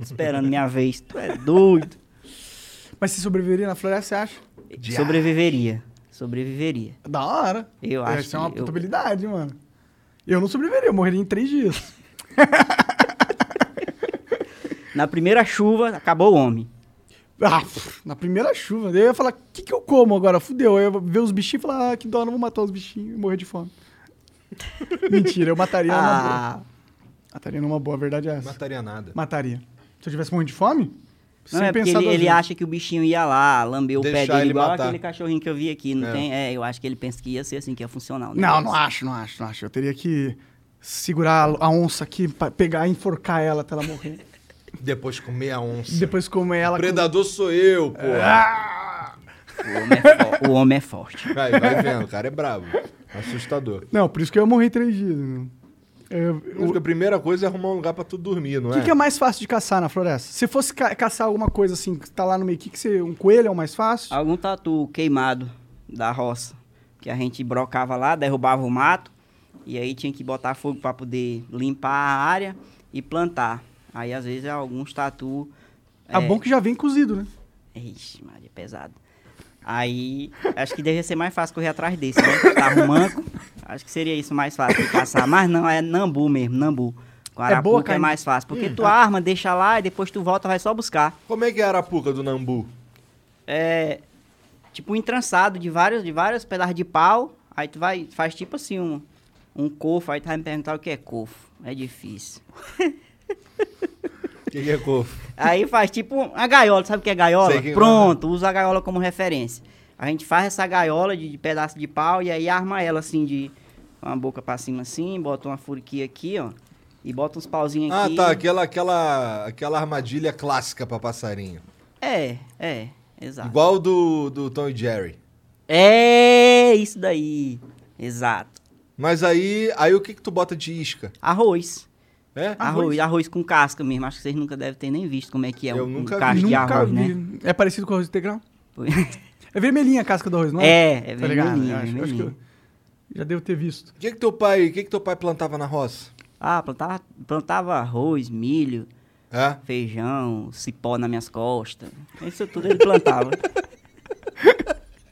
S4: esperando minha vez. Tu é doido.
S2: Mas você sobreviveria na floresta, você acha? É
S4: Sobreviveria. Sobreviveria.
S2: Da hora.
S4: Eu acho
S2: Essa é uma
S4: que eu-
S2: probabilidade, mano. Eu não sobreviveria, eu morreria em três dias.
S4: Na primeira chuva, acabou o homem.
S2: Ah, pff, na primeira chuva. Daí Eu ia falar, o que, que eu como agora? Fudeu. Eu ia ver os bichinhos e falar, ah, que dó, não vou matar os bichinhos e morrer de fome. Mentira, eu mataria numa boa.
S4: Ah,
S2: Mataria numa boa, a verdade é essa.
S3: Mataria nada.
S2: Mataria. Se eu tivesse morrendo de fome?
S4: Não, é porque ele,
S2: duas
S4: ele
S2: vezes.
S4: acha que o bichinho ia lá, lamber o pé
S3: Deixar
S4: dele,
S3: ele
S4: igual
S3: matar.
S4: aquele cachorrinho que eu vi aqui, não
S3: É.
S4: tem? É, eu acho que ele pensa que ia ser assim, que ia funcionar. o
S2: Não,
S4: negócio.
S2: não acho, não acho, não acho. Eu teria que segurar a onça aqui, pra pegar e enforcar ela até ela morrer.
S3: Depois comer a onça.
S2: E depois comer ela. Ah! com-
S3: Predador sou eu, pô.
S4: O homem é, fo- o homem é forte.
S3: Vai, vai vendo, o cara é brabo. Assustador.
S2: Não, por isso que eu ia morrer em três dias. né? Eu- eu-
S3: Acho que a primeira coisa é arrumar um lugar pra tu dormir, não
S2: O
S3: é?
S2: que, que é mais fácil de caçar na floresta? Se fosse ca- caçar alguma coisa assim, que tá lá no meio, o que, que você. Um coelho é o mais fácil?
S4: Algum tatu queimado da roça, que a gente brocava lá, derrubava o mato, e aí tinha que botar fogo pra poder limpar a área e plantar. Aí, às vezes, alguns tatu...
S2: É bom que já vem cozido, né?
S4: Ixi, Maria, pesado. Aí, acho que deveria ser mais fácil correr atrás desse, né? Tá um manco. Acho que seria isso mais fácil de caçar. Mas não, é nambu mesmo, nambu. Com
S2: É boa,
S4: arapuca é,
S2: cara?
S4: mais fácil. Porque tu arma, deixa lá e depois tu volta, vai só buscar.
S2: um-
S3: Como é que é a arapuca do Nambu?
S4: É tipo um entrançado de vários, de vários pedaços de pau. Aí tu vai, faz tipo assim um, um cofo. Aí tu vai me perguntar o que é cofo. É difícil.
S3: que, que é couve?
S4: Aí faz tipo uma gaiola, sabe o que é gaiola?
S3: Sei que-
S4: Pronto, usa a gaiola como referência. A gente faz essa gaiola de, de pedaço de pau e aí arma ela assim de uma boca pra cima assim, bota uma furiquia aqui, ó, e bota uns pauzinhos
S3: Ah,
S4: aqui.
S3: tá. Aquela, aquela, aquela armadilha clássica pra passarinho.
S4: É, é, exato.
S3: Igual do, do Tom e Jerry.
S4: É isso daí. Exato.
S3: Mas aí, aí o que que tu bota de isca?
S4: Arroz.
S3: É?
S4: Arroz, arroz, com casca mesmo. Acho que vocês nunca devem ter nem visto como é que é
S3: Eu
S4: um, um
S3: nunca vi.
S4: cacho de arroz, né?
S2: É parecido com arroz integral? É vermelhinha a casca do arroz, não é?
S4: É, é
S2: Tá ligado? Eu acho,
S4: vermelhinho,
S2: eu acho que eu
S4: vermelhinho.
S2: já devo ter visto.
S3: O que que teu pai, o que que teu pai plantava na roça?
S4: Ah, plantava, plantava arroz, milho,
S3: É?
S4: feijão, cipó nas minhas costas. Isso tudo ele plantava.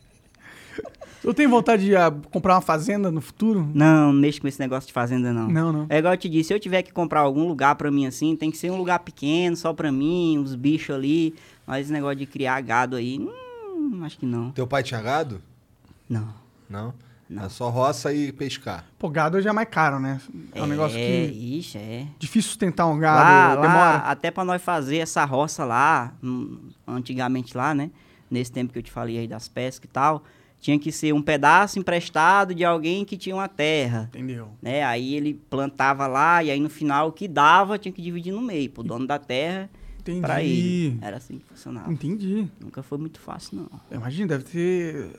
S2: Eu tenho vontade de ah, comprar uma fazenda no futuro?
S4: não, não mexo com esse negócio de fazenda, não.
S2: Não, não.
S4: É igual eu te disse, se eu tiver que comprar algum lugar pra mim assim, tem que ser um lugar pequeno, só pra mim, uns bichos ali. Mas esse negócio de criar gado aí, hum, acho que não.
S3: Teu pai tinha gado?
S4: Não.
S3: Não.
S4: Não.
S3: É só roça e pescar.
S2: Pô, gado hoje é mais caro, né? É um negócio
S4: É,
S2: que...
S4: Ixi, é.
S2: Difícil sustentar um
S4: Lá,
S2: gado,
S4: lá,
S2: demora.
S4: até pra nós fazer essa roça lá, hum, antigamente lá, né? Nesse tempo que eu te falei aí das pescas e tal, tinha que ser um pedaço emprestado de alguém que tinha uma terra,
S2: Entendeu?
S4: né? Aí ele plantava lá e aí no final o que dava tinha que dividir no meio, pro dono da terra,
S2: Entendi.
S4: pra ele. Era assim que funcionava.
S2: Entendi.
S4: Nunca foi muito fácil, não.
S2: Imagina, deve ter...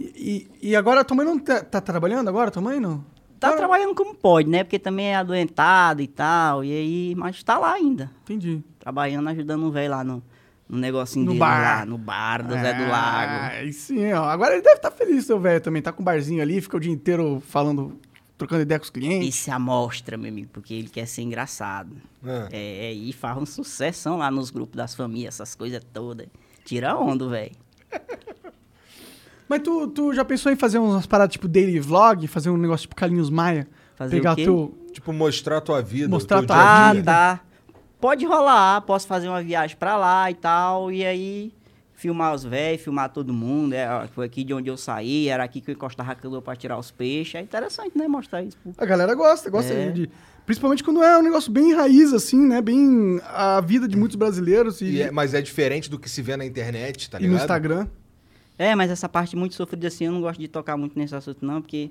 S2: E, e- e agora a tua mãe não tá, tá trabalhando agora? Tua mãe não?
S4: Tá
S2: Cara,
S4: trabalhando como pode, né? Porque também é adoentado e tal, e aí, mas tá lá ainda.
S2: Entendi.
S4: trabalhando, ajudando um velho lá no, no negocinho
S2: No
S4: dele
S2: bar. Ah,
S4: lá, no bar do Zé do Lago.
S2: Aí sim, ó. Agora ele deve estar feliz, seu velho, também. Tá com um barzinho ali, fica o dia inteiro falando, trocando ideia com os clientes.
S4: Isso é amostra, meu amigo, porque ele quer ser engraçado.
S3: É.
S4: É, é, e faz um sucessão lá nos grupos das famílias, essas coisas todas. Tira onda, velho.
S2: Mas tu, tu já pensou em fazer umas paradas tipo daily vlog, fazer um negócio tipo Carlinhos Maia?
S4: Fazer
S2: pegar
S4: o quê?
S2: teu.
S3: Tipo, mostrar tua vida.
S2: Mostrar
S3: teu
S2: tua
S3: dia a
S4: Ah,
S3: dia.
S4: tá. Pode rolar, posso fazer uma viagem pra lá e tal, e aí filmar os velhos, filmar todo mundo. é, ó, foi aqui de onde eu saí, era aqui que eu encostava a canoa pra tirar os peixes. É interessante, né, mostrar isso. pro-
S2: A galera gosta, gosta
S4: É.
S2: de. Principalmente quando é um negócio bem raiz, assim, né? Bem a vida de muitos brasileiros e,
S3: E
S4: tá
S3: é- mas é diferente do que se vê na internet, tá
S2: e no
S3: ligado?
S2: Instagram.
S4: É, mas essa parte muito sofrida assim, eu não gosto de tocar muito nesse assunto não, porque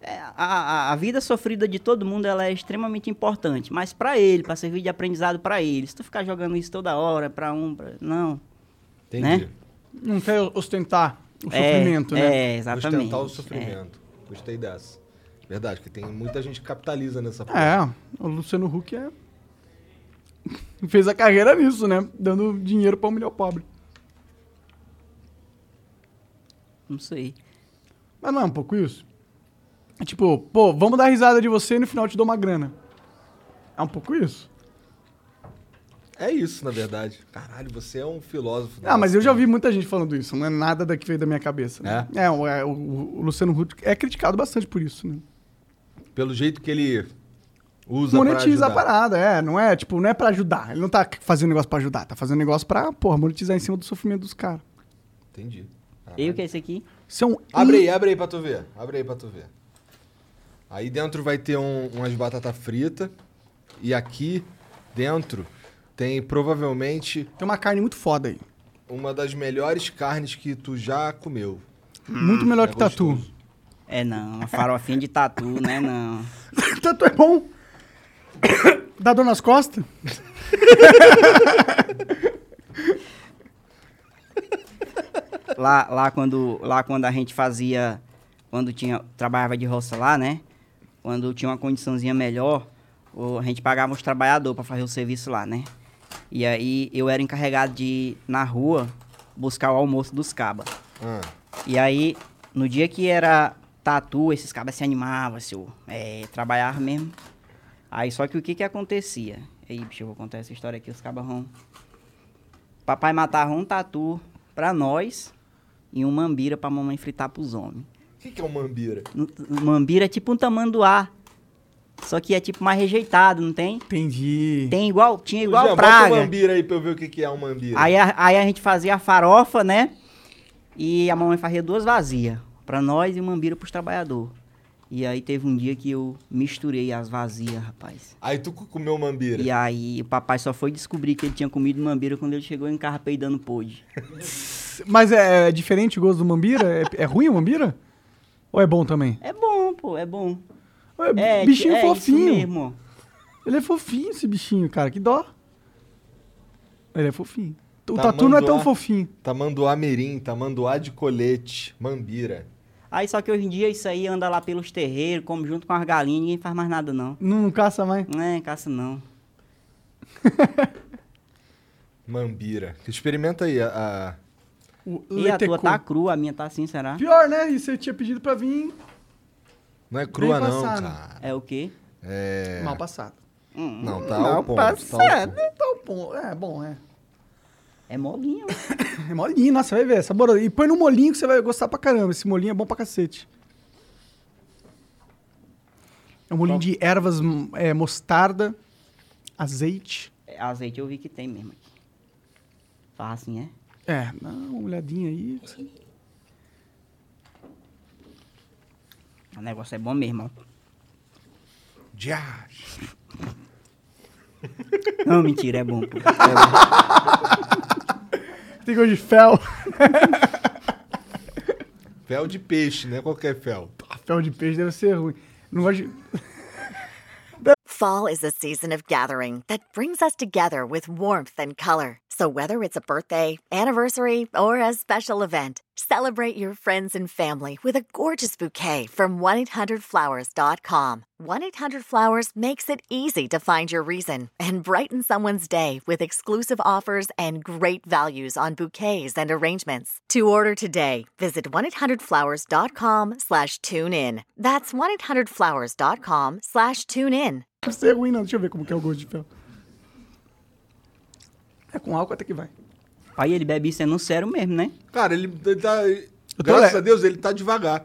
S4: é, a, a- a vida sofrida de todo mundo ela é extremamente importante, mas pra ele, pra servir de aprendizado pra ele. Se tu ficar jogando isso toda hora pra um, pra... não.
S3: Entendi.
S4: né?
S2: Não quer ostentar o
S4: É,
S2: sofrimento, né?
S4: É, exatamente. é,
S3: Ostentar o sofrimento. Gostei dessa. Verdade, porque tem muita gente que capitaliza nessa
S2: É, o Luciano Huck é. Fez a carreira nisso, né? Dando dinheiro pra humilhar o pobre.
S4: Não sei.
S2: Mas não é um pouco isso? É tipo, pô, vamos dar risada de você e no final eu te dou uma grana. É um pouco isso.
S3: É isso, na verdade. Caralho, você é um filósofo.
S2: Ah, mas eu já
S3: vi.
S2: ouvi muita gente falando isso, não é nada da que veio da minha cabeça. né? É, o, é, o- o Luciano Huck é criticado bastante por isso, né?
S3: Pelo jeito que ele usa
S2: Monetiza a
S3: pra ajudar.
S2: parada, é, não é, tipo, não é pra ajudar. Ele não tá fazendo negócio pra ajudar, tá fazendo negócio pra, porra, monetizar em cima do sofrimento dos caras.
S3: Entendi.
S4: E o que é isso aqui?
S2: Isso é um
S3: Abre aí, abre aí pra tu ver. Abre aí pra tu ver. Aí dentro vai ter um- umas batata frita. E aqui dentro tem provavelmente
S2: Tem uma carne muito foda aí.
S3: uma das melhores carnes que tu já comeu.
S2: muito melhor
S3: é
S2: que tatu.
S3: gostoso.
S4: É não, uma farofinha de tatu, né? Não.
S2: tatu é bom. Dá dor nas costas?
S4: Lá, lá, quando, lá quando a gente fazia, quando tinha, trabalhava de roça lá, né? Quando tinha uma condiçãozinha melhor, o- a gente pagava os trabalhadores para fazer o serviço lá, né? E aí eu era encarregado de ir na rua buscar o almoço dos cabas.
S3: Ah,
S4: E aí, no dia que era tatu, esses cabas se animavam, assim, ó, é, trabalhar mesmo. Aí, só que o que que acontecia? Aí, bicho, eu vou contar essa história aqui, os cabas vão... Papai matava um tatu pra nós e um mambira pra mamãe fritar pros homens.
S3: o que, que é um mambira?
S4: No- O mambira é tipo um tamanduá, só que é tipo mais rejeitado, não tem?
S2: Entendi.
S4: Tem igual, tinha
S3: Jean,
S4: igual
S3: Bota um
S4: praga.
S3: mambira aí pra eu ver o que, que é um mambira.
S4: Aí a, aí a gente fazia a farofa, né? E a mamãe fazia duas vazias. Pra nós e o mambira pros trabalhadores. E aí teve um dia que eu misturei as vazias, rapaz.
S3: Aí tu comeu mambira.
S4: E aí o papai só foi descobrir que ele tinha comido mambira quando ele chegou em casa peidando pôde.
S2: Mas é diferente o gosto do Mambira? É, é ruim o Mambira? Ou é bom também?
S4: É bom, pô, é bom.
S2: É,
S4: É,
S2: bichinho
S4: é
S2: fofinho.
S4: Isso mesmo.
S2: Ele é fofinho, esse bichinho, cara. Que dó. Ele é fofinho. O
S3: Tamanduá.
S2: tatu não é tão fofinho.
S3: Tamanduá Tá mirim, tamanduá de colete, mambira.
S4: Aí só que hoje em dia isso aí anda lá pelos terreiros, come junto com as galinhas, ninguém faz mais nada não.
S2: Não, não caça mais.
S4: Não é caça não.
S3: Mambira. Experimenta aí a... a-
S2: O
S4: E a
S3: é
S4: tua
S2: letecu.
S4: tá crua, a minha tá assim, será?
S2: Pior, né? E você tinha pedido pra vir
S3: Não é crua
S2: Bem
S3: não,
S2: passado.
S3: cara.
S4: É o quê?
S3: É...
S2: mal passado.
S4: Hum,
S3: Não, tá
S2: Mal
S3: ao ponto. Tá ao
S2: passado.
S3: ponto.
S2: Tá o ponto. É, bom, é.
S4: É molinho.
S2: É molinho, nossa, você vai ver. Sabor... E põe no molinho que você vai gostar pra caramba. Esse molinho é bom pra cacete. É um molinho de ervas, hum, é, mostarda, azeite.
S4: É, Azeite eu vi que tem mesmo aqui. Faz assim, é?
S2: É, dá uma olhadinha aí.
S4: O negócio é bom mesmo, ó.
S3: Já.
S4: Não, mentira, é bom, pô.
S2: Tem gosto de fel.
S3: Fel de peixe, né? Qualquer fel.
S2: Ah, Fel de peixe deve ser ruim. Não gosto de...
S5: Fall is a season of gathering that brings us together with warmth and color. So, whether it's a birthday, anniversary, or a special event, celebrate your friends and family with a gorgeous bouquet from 1-800-Flowers.com. 1-800-Flowers makes it easy to find your reason and brighten someone's day with exclusive offers and great values on bouquets and arrangements. To order today, visit 1-800-Flowers.com slash tune in. That's 1-800-Flowers.com slash tune in.
S2: Deve ser ruim, não. Deixa eu ver como que é o gosto de fel. É com álcool até que vai.
S4: Aí ele bebe isso é no sério mesmo, né?
S3: Cara, ele, ele tá...
S2: tô
S3: Graças
S2: le-
S3: a Deus, ele tá devagar.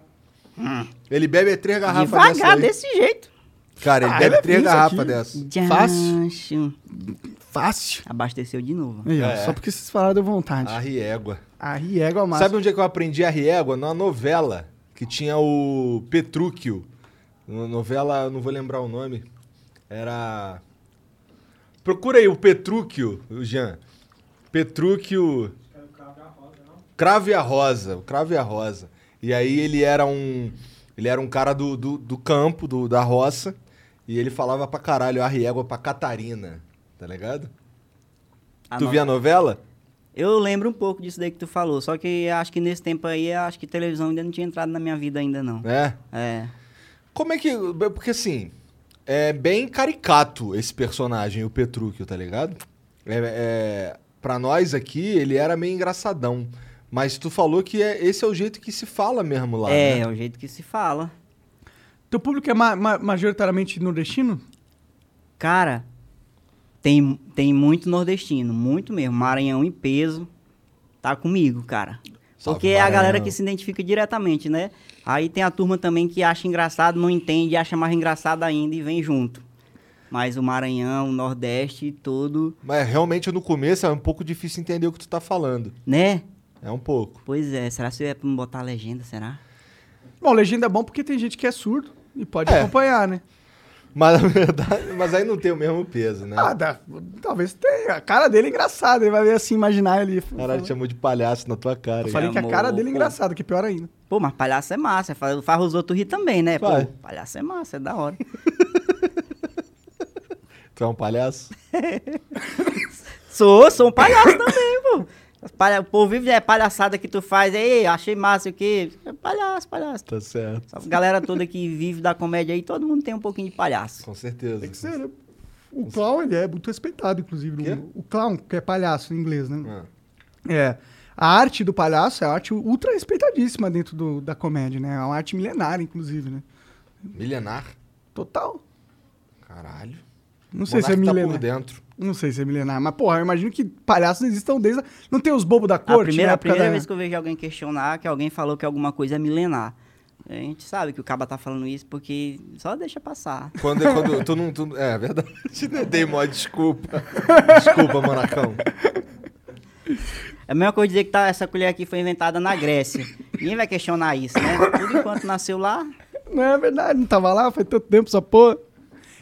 S3: Ele bebe três garrafas dessa
S4: Devagar,
S3: aí.
S4: desse jeito.
S3: Cara, ele
S2: Ah,
S3: bebe
S2: ele
S3: três
S2: pensa
S3: garrafas
S2: aqui.
S3: dessa.
S2: Fácil.
S4: Jancho.
S2: Fácil.
S4: Abasteceu de novo.
S2: Aí, ó,
S3: É.
S2: Só porque vocês falaram deu vontade.
S3: A riégua.
S2: A riega é o máximo.
S3: Sabe onde é que eu aprendi a riégua? Numa novela que tinha o Petrúquio. Uma novela, eu não vou lembrar o nome. Era. Procura aí o Petrúquio, o Jean. Petrúquio. Crave a Rosa, o Crave a Rosa. E aí ele era um. Ele era um cara do, do, do campo, do, da roça. E ele falava pra caralho, a riégua pra Catarina. Tá ligado?
S4: A
S3: tu
S4: no-
S3: via a novela?
S4: Eu lembro um pouco disso daí que tu falou, só que acho que nesse tempo aí, acho que televisão ainda não tinha entrado na minha vida ainda não.
S3: É.
S4: É.
S3: Como é que. Porque assim. É bem caricato esse personagem, o Petrúquio, tá ligado? É, é, pra nós aqui, ele era meio engraçadão. Mas tu falou que é- esse é o jeito que se fala mesmo lá.
S4: é,
S3: né?
S4: é o jeito que se fala.
S2: Teu público é ma- ma- majoritariamente nordestino?
S4: Cara, tem, tem muito nordestino, muito mesmo. Maranhão em peso, tá comigo, cara.
S3: Salve,
S4: Porque é a galera
S3: Maranhão.
S4: que se identifica diretamente, né? Aí tem a turma também que acha engraçado, não entende, acha mais engraçado ainda e vem junto. Mas o Maranhão, o Nordeste todo,
S3: Mas realmente no começo é um pouco difícil entender o que tu tá falando.
S4: né?
S3: É um pouco.
S4: Pois é, será que é pra me botar a legenda, será?
S2: Bom, legenda é bom porque tem gente que é surdo e pode
S3: É.
S2: acompanhar, né?
S3: Mas na verdade. Mas aí não tem o mesmo peso, né?
S2: Ah, dá- talvez tenha. A cara dele é engraçada. Ele vai ver assim, imaginar ele.
S3: Caralho, te chamou de palhaço na tua cara.
S2: eu falei que a
S4: Amor.
S2: cara dele é engraçada, que é pior ainda.
S4: Pô, mas palhaço é massa, faz, faz os outros rir também, né? Pô,
S3: Vai.
S4: palhaço é massa, é da hora.
S3: Tu é um palhaço?
S4: Sou, sou um palhaço também, pô. As Palha, o povo vive, é palhaçada que tu faz, aí, achei massa o quê? É Palhaço, palhaço.
S3: Tá certo.
S4: Essa galera toda que vive da comédia aí, todo mundo tem um pouquinho de palhaço.
S3: Com certeza.
S2: Tem que ser, né? O clown, ele é muito respeitado, inclusive. no-
S3: Quê?
S2: O clown, que é palhaço em inglês, né?
S3: Ah.
S2: É. A arte do palhaço é a arte ultra respeitadíssima dentro do- da comédia, né? É uma arte milenária, inclusive, né?
S3: Milenar?
S2: Total.
S3: Caralho.
S2: Não sei se é
S3: Monarca tá por
S2: milenar.
S3: dentro.
S2: não sei se é milenar, mas, porra, eu imagino que palhaços existam desde. a- Não tem os bobos da
S4: A
S2: corte,
S4: primeira,
S2: na
S4: a
S2: época
S4: primeira
S2: da-
S4: vez que eu vejo alguém questionar que alguém falou que alguma coisa é milenar. A gente sabe que o caba tá falando isso porque só deixa passar.
S3: Quando, quando tu não. Tu, é verdade, né? Dei mó desculpa. Desculpa, Monarcão.
S4: É a mesma coisa dizer que tá, essa colher aqui foi inventada na Grécia. Ninguém vai questionar isso, né? Tudo enquanto nasceu lá,
S2: Não é verdade, não tava lá, faz tanto tempo essa porra.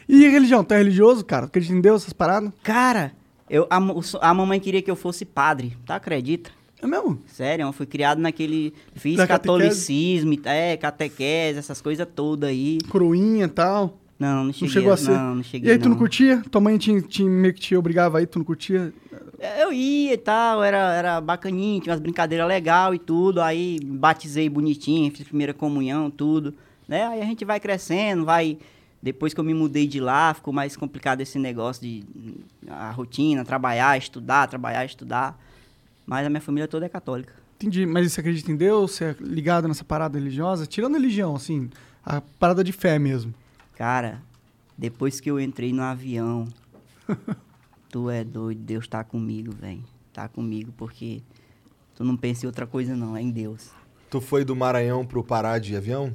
S2: E religião? Tu é religioso, cara? Acredita em Deus, essas paradas?
S4: Cara, eu, a, mo- a mamãe queria que eu fosse padre, tá? Acredita?
S2: É mesmo?
S4: Sério, eu fui criado naquele. Fiz
S2: Da catequese?
S4: catolicismo, e- é, catequese, essas coisas todas aí.
S2: Coroinha e tal.
S4: Não, não
S2: Não
S4: cheguei.
S2: chegou a ser.
S4: Não, não cheguei.
S2: e aí tu não
S4: não.
S2: curtia? Tua mãe te, te- meio que te obrigava aí, tu não curtia?
S4: Eu ia e tal, era, era bacaninho, tinha umas brincadeiras legais e tudo. Aí batizei bonitinho, fiz primeira comunhão, tudo. Né? Aí a gente vai crescendo, vai. Depois que eu me mudei de lá, ficou mais complicado esse negócio de hum, a rotina, trabalhar, estudar, trabalhar, estudar. Mas a minha família toda é católica.
S2: Entendi, mas você acredita em Deus? Você é ligado nessa parada religiosa? Tirando a religião, assim, a parada de fé mesmo.
S4: Cara, depois que eu entrei no avião, tu é doido, Deus tá comigo, velho. Tá comigo, porque tu não pensa em outra coisa, não, é em Deus.
S3: Tu foi do Maranhão pro Pará de avião?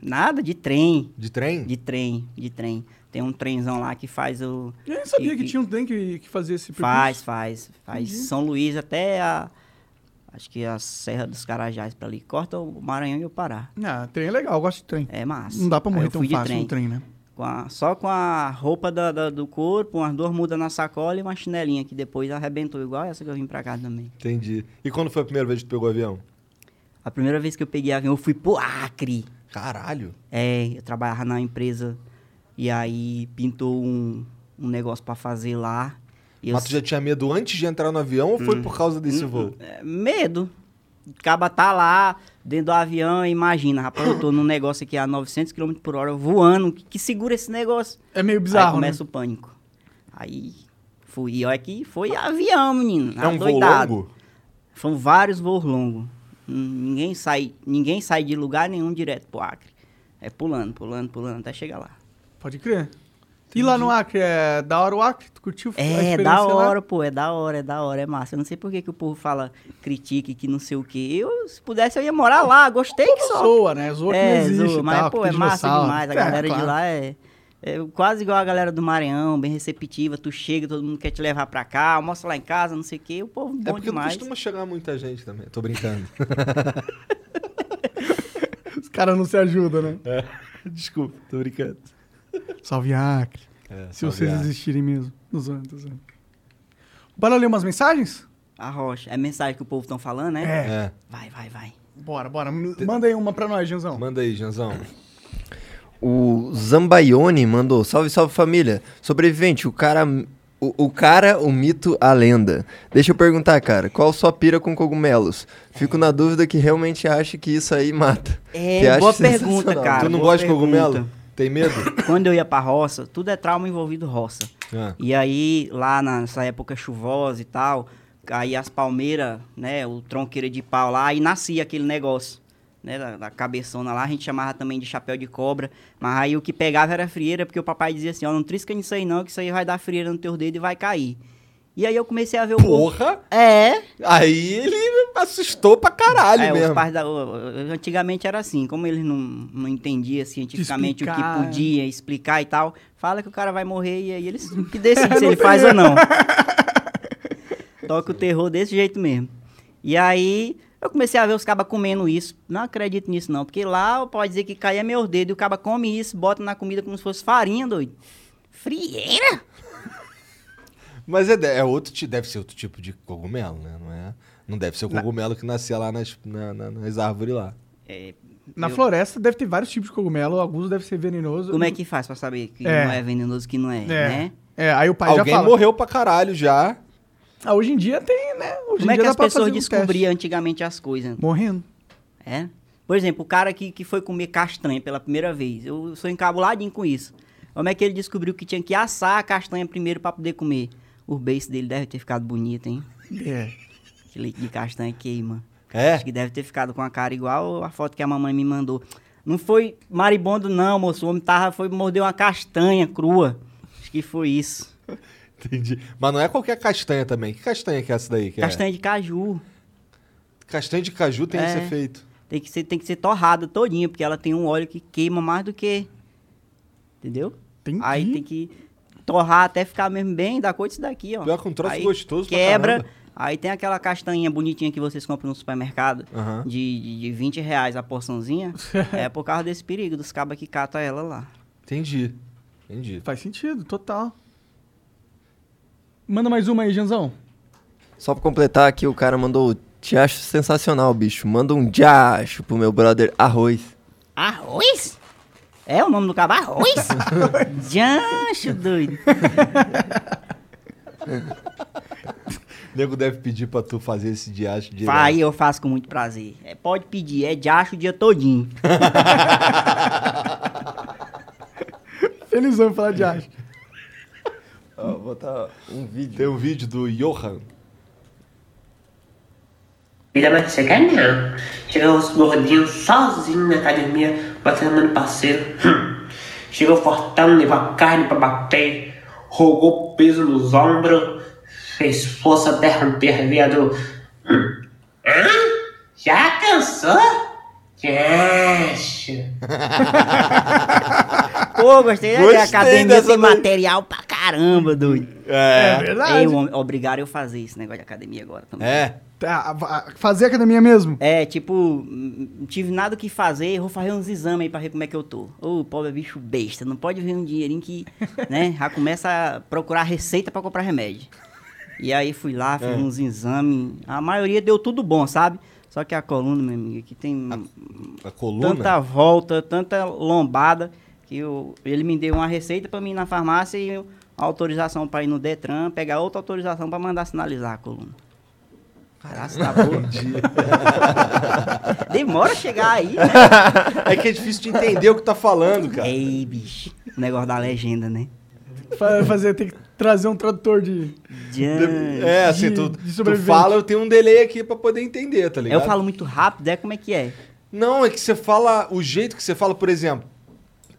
S4: Nada de trem.
S3: De trem?
S4: De trem, de trem. Tem um trenzão lá que faz o.
S2: Eu nem sabia que, tinha um trem que, que Uhum. fazia esse percurso.
S4: Faz, faz. Faz São Luís até a. Acho que a Serra dos Carajás pra ali. Corta o Maranhão e o Pará.
S2: Ah, trem é legal, eu gosto de trem.
S4: É massa.
S2: Não dá pra
S4: Aí
S2: morrer
S4: eu
S2: tão
S4: fui de
S2: fácil no trem, né?
S4: Com a- só com a roupa da- da- do corpo, umas duas mudas na sacola e uma chinelinha que depois arrebentou, igual essa que eu vim pra cá também.
S3: Entendi. E quando foi a primeira vez que tu pegou avião?
S4: A primeira vez que eu peguei avião, eu fui pro Acre.
S3: Caralho.
S4: É, eu trabalhava na empresa e aí pintou um, um negócio pra fazer lá. E eu Hum.
S3: Mas tu já tinha medo antes de entrar no avião ou foi por causa desse voo?
S4: É, medo. Acaba tá lá dentro do avião, imagina, rapaz, eu tô num negócio aqui a 900 km por hora voando, que, que segura esse negócio?
S2: É meio bizarro,
S4: Aí começa
S2: né?
S4: o pânico. Aí fui, e olha que foi avião, menino.
S3: É um voo
S4: adoidado.
S3: longo?
S4: Foram vários voos longos. Hum, Ninguém sai, ninguém sai de lugar nenhum direto pro Acre. É pulando, pulando, pulando até chegar lá.
S2: Pode crer. E lá no Acre, é da hora o Acre? Tu curtiu a
S4: É,
S2: experiência
S4: da
S2: lá?
S4: hora, pô, é da hora, é da hora, é massa. Eu não sei por que, que o povo fala, critique, que não sei o quê. Eu, se pudesse, eu ia morar lá, gostei que só.
S2: Zoa, né? Zoa que não
S4: é,
S2: existe
S4: zoa,
S2: e
S4: mas,
S2: tal, que
S4: pô, é
S2: tem
S4: massa
S2: dinossauro.
S4: demais. A
S2: É,
S4: galera
S2: claro.
S4: de lá é, é quase igual a galera do Maranhão, bem receptiva. Tu chega, todo mundo quer te levar pra cá, almoça lá em casa, não sei o quê. O povo
S3: É
S4: bom
S3: porque não
S4: demais.
S3: costuma chegar muita gente também. Tô brincando.
S2: Os caras não se ajudam, né?
S3: Desculpa, tô brincando.
S2: Salve Acre.
S3: É,
S2: Se
S3: salve
S2: vocês
S3: a-
S2: existirem mesmo. Nos zoando, tô zoando. Bora ler umas mensagens?
S4: A rocha. É mensagem que o povo tão falando, né?
S3: É.
S4: Vai, vai, vai.
S2: Bora, bora. M- Manda aí uma pra nós, Janzão.
S3: Manda aí, Janzão.
S6: O Zambaione mandou, salve, salve família. Sobrevivente, o cara, o, o cara, o mito, a lenda. Deixa eu perguntar, cara, qual sua pira com cogumelos? Fico na dúvida que realmente acha que isso aí mata.
S4: É,
S6: Que acho
S4: boa
S6: sensacional.
S4: pergunta, cara.
S3: tu não
S4: boa
S3: gosta de cogumelo?
S4: pergunta.
S3: Tem medo?
S4: Quando eu ia pra roça, tudo é trauma envolvido roça.
S3: Ah.
S4: E aí, lá na- nessa época chuvosa e tal, aí as palmeiras, né, o tronqueira de pau lá, aí nascia aquele negócio, né, da, da cabeçona lá, a gente chamava também de chapéu de cobra, mas aí o que pegava era frieira, porque o papai dizia assim, ó, não trisca nisso aí não, que isso aí vai dar frieira no teu dedo e vai cair. E aí eu comecei a ver o povo...
S3: Porra!
S7: Eh?
S4: É,
S3: Aí ele assustou pra caralho
S4: é, os
S3: mesmo.
S4: pais da- o- o- antigamente era assim, como eles não, não entendiam cientificamente o que
S2: explicar.
S4: podia explicar e tal, fala que o cara vai morrer e aí eles que decidem se ele
S2: tem
S4: faz ou não. Toca o terror desse jeito mesmo. E aí eu comecei a ver os cabas comendo isso. Não acredito nisso não, porque lá pode dizer que cai é meu dedo e o caba come isso, bota na comida como se fosse farinha, doido. Frieira?
S3: Mas é, de- é outro, ti- deve ser outro tipo de cogumelo, né? Não, é, não deve ser o cogumelo que nascia lá nas, na- na- nas árvores lá.
S4: É,
S2: Na
S4: eu-
S2: floresta deve ter vários tipos de cogumelo. Alguns devem ser venenosos.
S4: Como é que faz pra saber que
S2: É.
S4: não é venenoso, que não é,
S2: É.
S4: né?
S2: É, aí o pai
S3: Alguém
S2: já fala.
S3: morreu pra caralho já.
S2: Ah, hoje em dia tem, né? Hoje
S4: Como
S2: em
S4: é
S2: dia
S4: que
S2: dá
S4: as
S2: pra
S4: pessoas
S2: fazer um teste.
S4: descobriam antigamente as coisas?
S2: Morrendo.
S4: É? Por exemplo, o cara que, que foi comer castanha pela primeira vez. Eu sou encabuladinho com isso. Como é que ele descobriu que tinha que assar a castanha primeiro pra poder comer? O beijo dele deve ter ficado bonito, hein?
S2: É.
S4: Que leite de castanha queima.
S3: É?
S4: Acho que deve ter ficado com a cara igual a foto que a mamãe me mandou. Não foi maribondo, não, moço. O homem tava, foi, mordeu uma castanha crua. Acho que foi isso.
S3: Entendi. Mas não é qualquer castanha também. Que castanha que é essa daí? Que é?
S4: Castanha de caju.
S3: Castanha de caju tem
S4: É.
S3: esse efeito.
S4: Tem que, ser, tem que ser torrada todinha, porque ela tem um óleo que queima mais do que. Entendeu?
S2: Entendi.
S3: Uhum.
S4: Aí tem que torrar até ficar mesmo bem da cor disso daqui, ó.
S3: Pior que um troço
S4: Aí
S3: gostoso pra
S4: Quebra,
S3: caramba.
S4: Aí tem aquela castanha bonitinha que vocês compram no supermercado
S3: Aham.
S4: de, de, de 20 reais a porçãozinha. é por causa desse perigo, dos cabas que catam ela lá.
S3: Entendi. Entendi.
S2: Faz sentido, total. Manda mais uma aí, Janzão.
S6: Só pra completar aqui, o cara mandou. Te acho sensacional, bicho. Manda um diacho pro meu brother Arroz.
S4: Arroz? É o nome do cabo? Arroz? Jancho, doido.
S3: O nego deve pedir pra tu fazer esse diacho direto.
S4: Aí eu faço com muito prazer. É, pode pedir, é diacho o dia todinho.
S2: Felizão em falar
S3: É.
S2: de arte.
S6: Ó, vou botar um vídeo.
S3: Tem um vídeo do Johan.
S8: Vida vai ser ganhar. Chega os gordinhos sozinhos na academia, batendo no parceiro. Hum. Chegou fortão, levou a carne pra bater, rogou peso nos ombros, fez força até romper, viado. Hum. Hã? Já cansou? Cacho.
S4: Pô, gostei, né?
S6: Gostei
S4: A academia
S6: dessa
S4: tem
S6: daí.
S4: material pra caramba, doido.
S3: É.
S2: verdade.
S4: Eu, obrigaram eu a fazer esse negócio de academia agora também.
S3: É.
S2: Tá, va- fazer academia mesmo.
S4: É, tipo, hum, não tive nada o que fazer, vou fazer uns exames aí pra ver como é que eu tô. Ô, pobre bicho besta, não pode ver um dinheirinho que, né, já começa a procurar receita pra comprar remédio. E aí fui lá, fiz uns exames, a maioria deu tudo bom, sabe? Só que a coluna, meu amigo, aqui tem um
S3: A coluna.
S4: tanta volta, tanta lombada, que eu- ele me deu uma receita pra mim ir na farmácia e eu- autorização pra ir no Detran, pegar outra autorização pra mandar sinalizar a coluna. Caraca, tá boa. Demora chegar aí, né?
S3: É que é difícil de entender o que tá falando, cara.
S4: Ei, bicho. O negócio da legenda, né?
S2: Fa- Fazer, tem que trazer um tradutor de.
S4: Jan.
S3: É, assim, tu,
S2: De- de
S3: tu
S2: sobrevivente.
S3: fala, eu tenho um delay aqui pra poder entender, tá ligado?
S4: Eu falo muito rápido, é como é que é?
S3: Não, é que você fala, o jeito que você fala, por exemplo,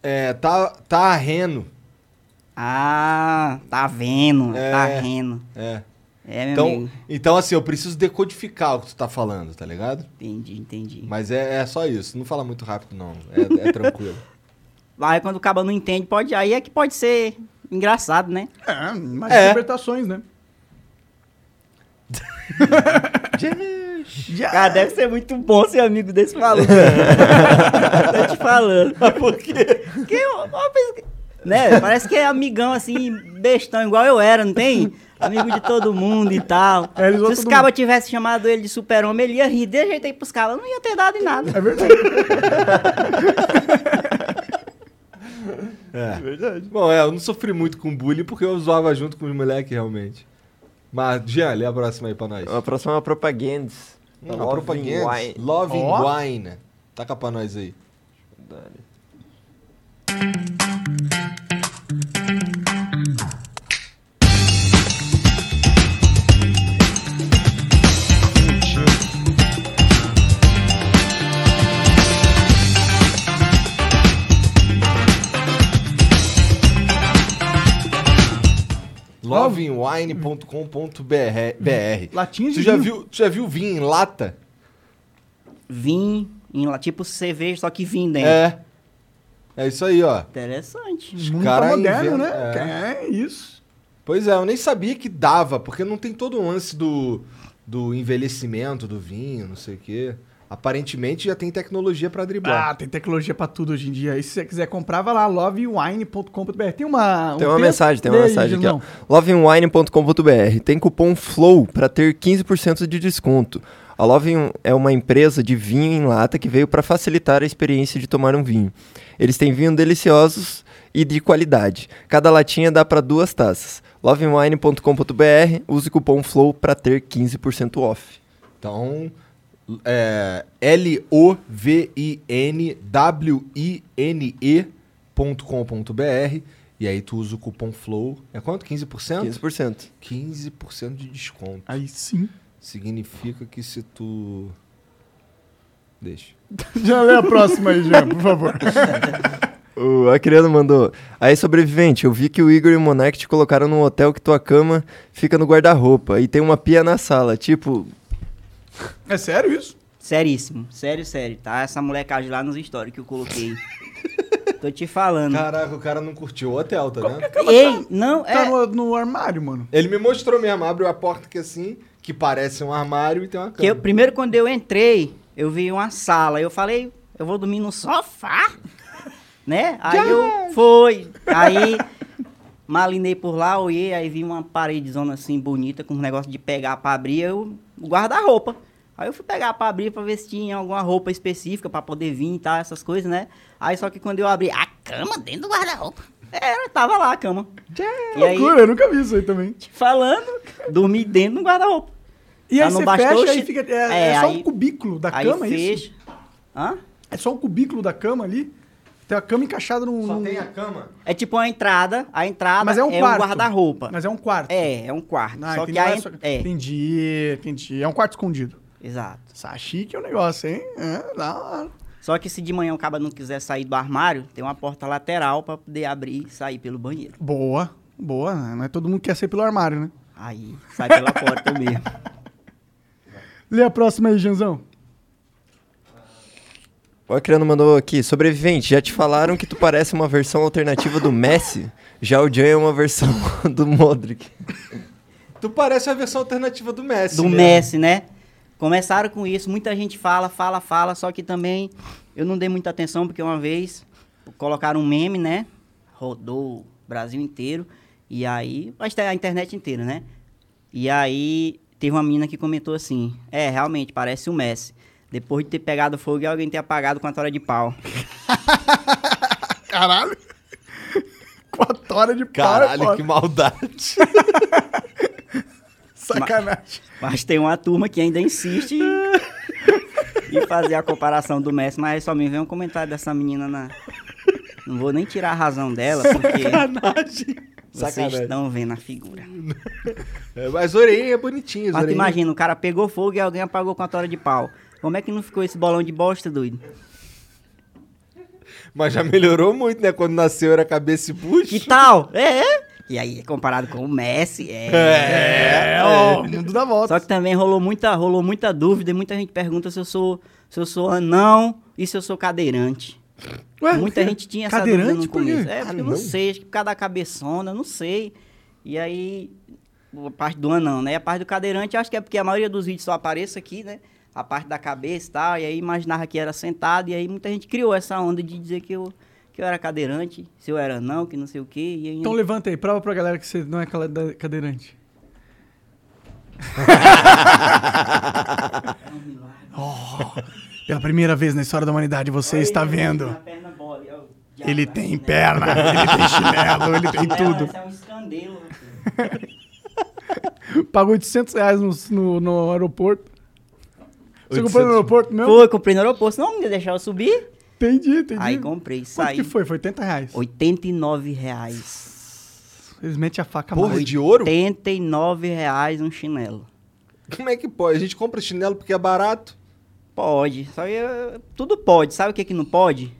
S3: é, tá, tá arreno.
S4: Ah, tá vendo,
S3: É.
S4: tá vendo.
S3: É.
S4: É, meu
S3: Então,
S4: amigo.
S3: então, assim, eu preciso decodificar o que tu tá falando, tá ligado?
S4: Entendi, entendi.
S3: Mas é, é só isso. Não fala muito rápido, não. É, é tranquilo.
S4: Aí quando o caba não entende, pode. Aí é que pode ser engraçado, né?
S2: É, mais
S3: É.
S2: interpretações, né?
S4: Cara, deve ser muito bom ser amigo desse maluco.
S2: É.
S4: Tô te falando. Por quê? Porque eu, eu penso que- né? Parece que é amigão assim, bestão, igual eu era, não tem? Amigo de todo mundo e tal.
S2: É, ele zoa
S4: Se os
S2: todo
S4: cabas tivessem chamado ele de super-homem, ele ia rir de jeito aí pros cabas, não ia ter dado em nada.
S2: É verdade.
S3: É. Verdade. Bom, é, eu não sofri muito com bullying porque eu zoava junto com os moleques, realmente. Mas, Jean, lê a próxima aí pra nós.
S6: A próxima é uma propagandas.
S3: Não,
S6: Tá Loving
S3: Hum, propaganda.
S6: Wine.
S3: Loving
S2: Ó.
S3: Wine. Taca pra nós aí. lovingwine.com.br
S2: Latinha de
S3: tu já
S2: vinho.
S3: viu, tu já viu vinho em lata?
S4: Vim, em lá, tipo cerveja, só que vim dentro.
S3: É. É isso aí, ó.
S4: Interessante.
S2: Muito
S3: cara
S2: moderno,
S3: inventa-
S2: né? É, isso.
S3: Pois é, eu nem sabia que dava, porque não tem todo o lance do, do envelhecimento do vinho, não sei o quê. Aparentemente já tem tecnologia pra driblar.
S2: Ah, tem tecnologia pra tudo hoje em dia. E se você quiser comprar, vai lá, lovewine.com.br. Tem uma. um
S6: Tem uma
S2: texto?
S6: mensagem, tem uma
S2: Lê aí,
S6: mensagem aqui, ó.
S2: Janzão.
S6: Lovingwine.com.br. Tem cupom FLOW para ter 15% de desconto. A Loving é uma empresa de vinho em lata que veio para facilitar a experiência de tomar um vinho. Eles têm vinho deliciosos e de qualidade. Cada latinha dá para duas taças. Lovingwine.com.br, use cupom FLOW para ter 15% off.
S3: Então, é, L-O-V-I-N-W-I-N-E.com.br e aí tu usa o cupom FLOW. É quanto? 15%?
S6: 15%.
S3: 15% de desconto.
S2: Aí sim.
S3: Significa que se tu... Deixa.
S2: Já lê a próxima aí, Jean, por favor.
S6: O Acriano mandou. Aí, sobrevivente, eu vi que o Igor e o Monark te colocaram num hotel que tua cama fica no guarda-roupa e tem uma pia na sala. Tipo,
S2: É sério isso?
S4: Seríssimo. Sério, sério, tá? Essa molecagem lá nos stories que eu coloquei. Tô te falando.
S3: Caraca, o cara não curtiu o hotel, tá vendo?
S4: Ei, não,
S2: Tá
S4: é.
S2: no, no armário, mano.
S3: Ele me mostrou mesmo, abriu a porta que assim, que parece um armário e tem uma
S4: Que eu,
S3: cama.
S4: primeiro, quando eu entrei, eu vi uma sala. Eu falei, eu vou dormir no sofá? né? Aí eu fui. Aí malinei por lá, olhei, aí vi uma paredezona assim bonita, com um negócio de pegar pra abrir, eu o guarda-roupa. Aí eu fui pegar pra abrir pra ver se tinha alguma roupa específica pra poder vir e tal, essas coisas, né? Aí só que quando eu abri, a cama dentro do guarda-roupa. Era, tava lá a cama. E aí,
S2: Loucura, eu nunca vi isso aí também.
S4: te falando, dormi dentro do guarda-roupa.
S2: E aí
S4: Ah, não
S2: você
S4: bastou
S2: fecha
S4: o
S2: e
S4: chi-
S2: fica. É, é
S4: É,
S2: só um
S4: aí-
S2: cubículo da
S4: aí
S2: cama, é isso?
S4: fecha. Hã?
S2: É só um cubículo da cama ali. Tem a cama encaixada num.
S3: Só
S2: num-
S3: tem a cama.
S4: É tipo uma entrada, a entrada
S2: Mas é um quarto.
S4: guarda-roupa.
S2: Mas é um quarto.
S4: É, é um quarto.
S2: Ah,
S4: só
S2: entendi,
S4: que a
S2: não é
S4: en-
S2: só-
S4: é,
S2: Entendi, entendi. É um quarto escondido.
S4: exato.
S2: Sachi que é o negócio, hein? É, da hora.
S4: Só que se de manhã o cara não quiser sair do armário, tem uma porta lateral pra poder abrir e sair pelo banheiro.
S2: Boa, boa. né? Não é todo mundo que quer ser pelo armário, né?
S4: Aí sai pela porta mesmo.
S2: Lê a próxima aí, Janzão.
S6: O Acriano mandou aqui, sobrevivente, já te falaram que tu parece uma versão alternativa do Messi? Já o Jan é uma versão do Modric.
S3: Tu parece a versão alternativa do Messi.
S4: Do
S3: mesmo.
S4: Messi, né? Começaram com isso, muita gente fala, fala, fala, só que também eu não dei muita atenção porque uma vez colocaram um meme, né? Rodou o Brasil inteiro e aí, acho que a internet inteira, né? E aí teve uma menina que comentou assim: "É, realmente parece o Messi. Depois de ter pegado fogo e alguém ter apagado com a tora de pau."
S2: Caralho. Quatro horas de
S3: Caralho,
S2: pau, é
S3: que
S2: foda.
S3: maldade.
S2: sacanagem.
S4: Mas tem uma turma que ainda insiste em, em fazer a comparação do Messi, mas só me vem um comentário dessa menina na. Não vou nem tirar a razão dela, porque vocês
S3: Sacanagem.
S4: estão vendo a figura.
S3: É, Mas orelha é bonitinha, as
S4: Mas tu
S3: orelhinhas.
S4: imagina, o cara pegou fogo e alguém apagou com a tora de pau. Como é que não ficou esse bolão de bosta, doido?
S3: Mas já melhorou muito, né? Quando nasceu era cabeça e
S4: Que
S3: bucho.
S4: tal? É, é? E aí, comparado com o Messi, é.
S2: É, ó, o mundo dá volta.
S4: Só que também rolou muita, rolou muita dúvida e muita gente pergunta se eu sou, se eu sou anão e se eu sou cadeirante. Muita gente tinha essa dúvida
S2: é Cadeirante,
S4: no
S2: por quê?
S4: começo. É, porque eu
S3: não?
S4: não sei, acho que por causa da cabeçona, eu não sei. E aí, a parte do anão, né? A parte do cadeirante, eu acho que é porque a maioria dos vídeos só aparece aqui, né? A parte da cabeça e tal, e aí imaginava que era sentado, e aí muita gente criou essa onda de dizer que eu, que eu era cadeirante, se eu era não, que não sei o quê. E aí,
S2: Então levanta aí, prova pra galera que você não é cala- da- cadeirante. oh, pela primeira vez na história da humanidade você está
S4: A
S2: vendo.
S4: perna bola, e olha o diabo
S2: Ele
S4: lá,
S2: tem
S4: né?
S2: perna, ele tem chinelo, ele tem tudo.
S4: Isso é um escandelo. rapaz.
S2: Pagou 800 reais no, no, no aeroporto. Você
S3: 800.
S2: comprou no aeroporto mesmo?
S4: Foi, comprei no aeroporto, senão não me deixar eu subir.
S2: Entendi, entendi.
S4: Aí comprei,
S2: Quanto
S4: saí.
S2: que foi? Foi 80 reais.
S4: 89 reais.
S2: Eles metem a
S4: tá
S2: faca
S3: Porra,
S2: mais.
S3: de ouro?
S4: 89 reais um chinelo.
S3: Como é que pode? A gente compra chinelo porque é barato.
S4: Pode. Só que, eh, tudo pode. Sabe o que que não pode?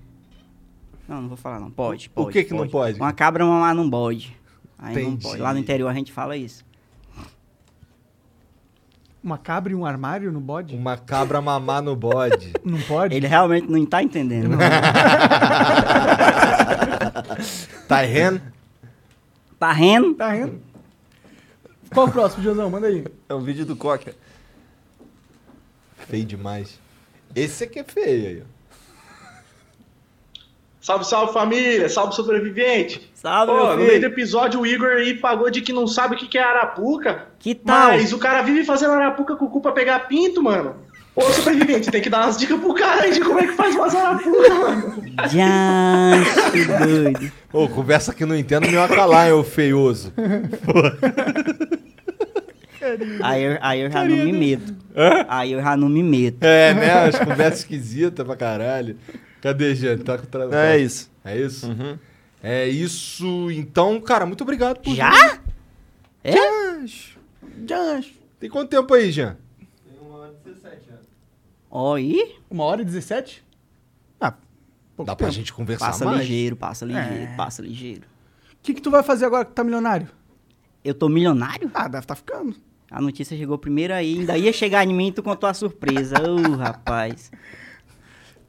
S4: Não, não vou falar não. Pode,
S3: O
S4: pode,
S3: que que não pode?
S4: Uma cabra mamar num bode. Aí não
S3: Entendi.
S4: pode. Lá no interior a gente fala isso.
S2: Uma cabra e um armário no bode?
S3: Uma cabra mamar no bode.
S2: Não pode?
S4: Ele realmente não tá entendendo.
S3: tá errando?
S4: tá rindo?
S2: Tá rindo? Qual o próximo, Josão? Manda aí.
S6: É um vídeo do Coca.
S3: Feio demais. Esse aqui é feio aí, ó.
S9: Salve, salve família, salve sobrevivente.
S4: Sabe,
S9: Pô, no
S4: meu
S9: meio do
S4: filho?
S9: episódio o Igor aí pagou de que não sabe o que que é arapuca.
S4: Que tal?
S3: um-
S9: Mas o cara vive fazendo arapuca com o cu pra pegar pinto, mano. Ô, sobrevivente, tem que dar umas dicas pro cara aí de como é que faz umas arapuca, mano.
S4: Gente, que doido.
S3: Ô, conversa que não entendo, meu acalar, ô feioso.
S4: Aí eu, aí eu já não me meto. Aí eu já não me meto.
S3: É, né? As conversas esquisitas pra caralho. Cadê, Jean? Tá com tra...
S6: É isso.
S3: É isso?
S4: Uhum.
S3: É isso. Então, cara, muito obrigado por
S4: Já? É?
S3: Tem quanto tempo aí, Jean?
S4: Ó, aí.
S2: Uma hora e 17? Ah, pouco
S3: Dá pra
S2: tempo.
S3: gente conversar
S4: Passa
S3: mais? É.
S4: ligeiro, passa ligeiro, passa ligeiro.
S2: O que, que tu vai fazer agora que tá milionário?
S4: Eu tô milionário?
S2: Ah, deve tá ficando.
S4: A notícia chegou primeiro aí, ainda ia chegar em mim e tu contou a surpresa. Ô, rapaz.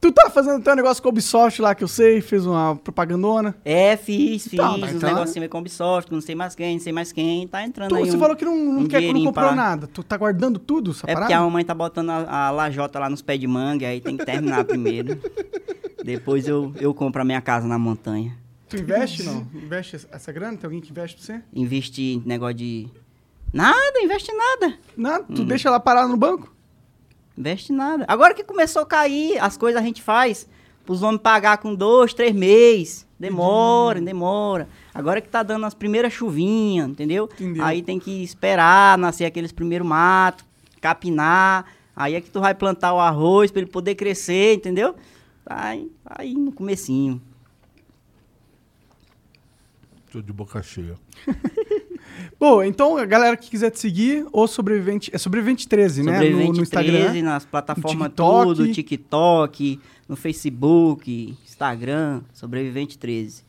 S2: Tu tá fazendo teu negócio com a Ubisoft lá, que eu sei, fez uma propagandona.
S4: É, fiz, fiz,
S2: Tá,
S4: os
S2: mas tá-
S4: negocinhos aí com a Ubisoft, não sei mais quem, não sei mais quem, tá entrando
S2: Tu,
S4: aí
S2: você
S4: um-
S2: falou que não, não
S4: um
S2: quer que não
S4: dinheirinho
S2: comprou
S4: pra-
S2: nada. Tu tá guardando tudo, essa
S4: É porque a
S2: parada?
S4: mamãe tá botando a, a lajota lá nos pés de manga, aí tem que terminar primeiro. Depois eu, eu compro a minha casa na montanha.
S2: Tu investe, não? Investe essa- essa grana? Tem alguém que investe pra você?
S4: Investir em negócio de... Nada, investe em nada.
S2: Nada, tu deixa ela parada no banco?
S4: Investe em nada. Agora que começou a cair, as coisas a gente faz pros homens pagar com dois, três meses. Demora, demora. Agora que tá dando as primeiras chuvinhas, entendeu?
S2: Entendeu.
S4: Aí tem que esperar nascer aqueles primeiros matos, capinar. Aí é que tu vai plantar o arroz pra ele poder crescer, entendeu? Tá Aí, tá aí no comecinho.
S10: Tô de boca cheia.
S2: Bom, então a galera que quiser te seguir, ou Sobrevivente. É Sobrevivente 13, né? No-
S4: Sobrevivente
S2: No, Instagram.
S4: 13, nas
S2: no
S4: plataformas
S2: TikTok.
S4: tudo, TikTok, no Facebook, Instagram, Sobrevivente 13.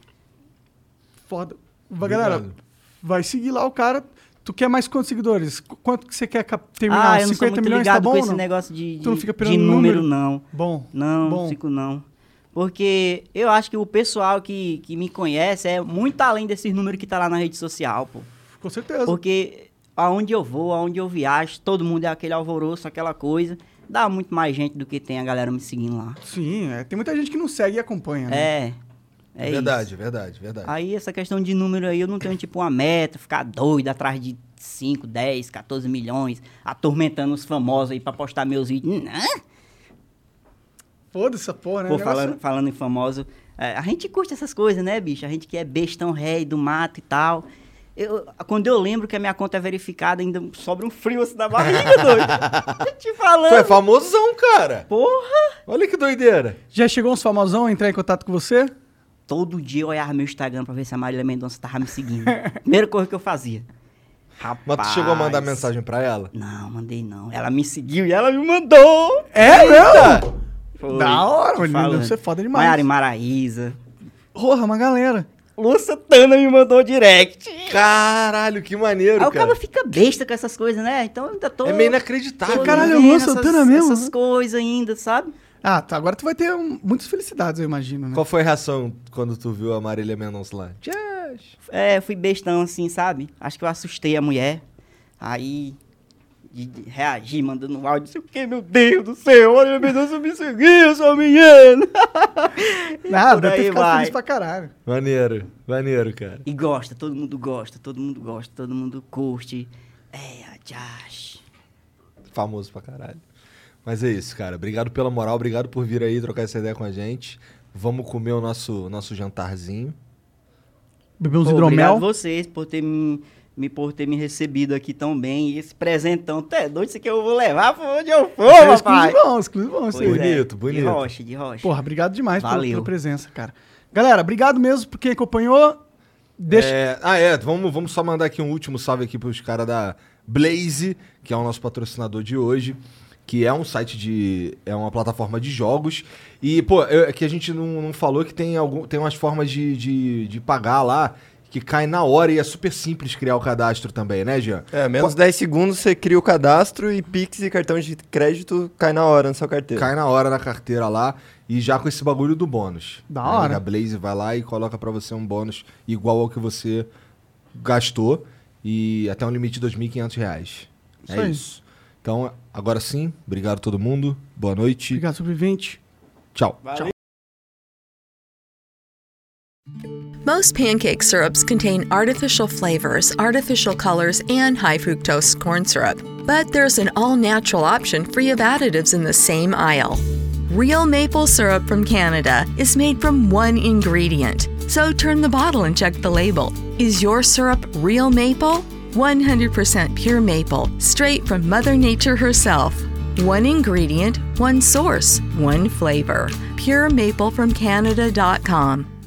S2: Foda. Vai, galera,
S10: Obrigado.
S2: vai seguir lá o cara. Tu quer mais quantos seguidores? Qu- Quanto que você quer cap- terminar?
S4: Ah, eu não sou
S2: 50
S4: muito
S2: milhões,
S4: ligado
S2: tá bom?
S4: com
S2: ou
S4: esse
S2: não?
S4: negócio de,
S2: Tu não
S4: de-
S2: fica
S4: de
S2: pirando no
S4: número,
S2: número?
S4: não.
S2: Bom.
S4: Não,
S2: Bom.
S4: fico não. Porque eu acho que o pessoal que, que me conhece é muito além desses números que tá lá na rede social, pô.
S2: Com certeza.
S4: Porque aonde eu vou, aonde eu viajo, todo mundo é aquele alvoroço, aquela coisa. Dá muito mais gente do que tem a galera me seguindo lá.
S2: Sim, é, tem muita gente que não segue e acompanha, né?
S4: É. É
S3: verdade,
S4: isso. Ah.
S3: verdade, verdade.
S4: Aí essa questão de número aí, eu não tenho tipo uma meta, ficar doido atrás de 5, 10, 14 milhões, atormentando os famosos aí pra postar meus vídeos. Não,
S2: Foda-se essa porra, né?
S4: Pô,
S2: O negócio-
S4: falando, falando em famoso, é, a gente curte essas coisas, né, bicho? A gente que é bestão rei do mato e tal. Eu, quando eu lembro que a minha conta é verificada, ainda sobra um frio assim na barriga, doido. Tô te
S3: Tu é
S4: falando.
S3: famosão, cara.
S4: Porra!
S3: Olha que doideira.
S2: Já chegou uns famosão a entrar em contato com você?
S4: Todo dia eu olhava meu Instagram pra ver se a Marília Mendonça tava me seguindo. Primeira coisa que eu fazia. Rapaz.
S3: Mas tu chegou a mandar mensagem pra ela?
S4: Não, mandei não. Ela me seguiu e ela me mandou.
S2: É, não!
S4: Foi,
S2: Da hora,
S4: tô
S2: mano.
S4: falando.
S2: Você é foda demais.
S4: Maiara Maraíza.
S2: Porra, uma galera.
S4: Lu Santana me mandou direct.
S3: Caralho, que maneiro,
S4: Aí o
S3: cara.
S4: cara fica besta com essas coisas, né? Então eu ainda tô.
S3: É meio
S4: tô
S3: inacreditável.
S2: Caralho,
S4: vivendo
S2: Lu Santana
S4: essas,
S2: mesmo,
S4: Essas
S2: né?
S4: coisas ainda, sabe?
S2: Ah, tá. Agora tu vai ter um- muitas felicidades, eu imagino, né?
S3: Qual foi a reação quando tu viu a Marília Mendonça lá?
S4: É, fui bestão assim, sabe? Acho que eu assustei a mulher. Aí. De, de reagir, mandando um áudio, não sei o que, meu Deus do céu, olha, meu Deus, eu me seguiu, sua menina.
S2: Nada,
S4: por
S2: deve ter
S4: aí
S2: ficado
S4: vai.
S2: feliz pra caralho.
S3: Maneiro, maneiro, cara.
S4: E gosta, todo mundo gosta, todo mundo gosta, todo mundo curte. É, a Josh.
S3: Famoso pra caralho. Mas é isso, cara. Obrigado pela moral, obrigado por vir aí trocar essa ideia com a gente. Vamos comer o nosso, nosso jantarzinho.
S2: Beber uns
S4: Pô, Obrigado a
S2: hidromel.
S4: vocês por ter me, me- por ter me recebido aqui tão bem. E esse presentão, tu é doido, isso aqui eu vou levar pra onde eu for,
S2: É
S4: papai.
S2: exclusivão, exclusivão. isso aí.
S4: Pois é,
S3: Bonito, bonito.
S4: De rocha, de rocha.
S2: Porra, obrigado demais pela,
S4: Valeu.
S2: pela presença, cara. Galera, obrigado mesmo por quem acompanhou. Deixa.
S3: É, ah, é. Vamos, vamos só mandar aqui um último salve aqui pros caras da Blaze, que é o nosso patrocinador de hoje. Que é um site de. É uma plataforma de jogos. E, pô, eu- é que a gente não, não falou que tem, algum, tem umas formas de, de, de pagar lá que cai na hora e é super simples criar o cadastro também, né, Jean?
S6: É, menos 10 segundos você cria o cadastro e Pix e cartão de crédito cai na hora na sua
S2: É.
S6: carteira.
S3: Cai na hora na carteira lá e já com esse bagulho do bônus.
S2: Da
S3: Aí
S2: hora.
S3: A Blaze vai lá e coloca pra você um bônus igual ao que você gastou e até um limite de R$ 2.500. reais. É
S2: Isso aí.
S3: isso. Então, agora sim, obrigado a todo mundo. Boa noite.
S2: Obrigado, sobrevivente.
S3: Tchau.
S7: Most pancake syrups contain artificial flavors, artificial colors, and high fructose corn syrup. But there's an all natural option free of additives in the same aisle. Real maple syrup from Canada is made from one ingredient. So turn the bottle and check the label. Is your syrup real maple? 100% pure maple, straight from Mother Nature herself. One ingredient, one source, one flavor. PureMapleFromCanada.com.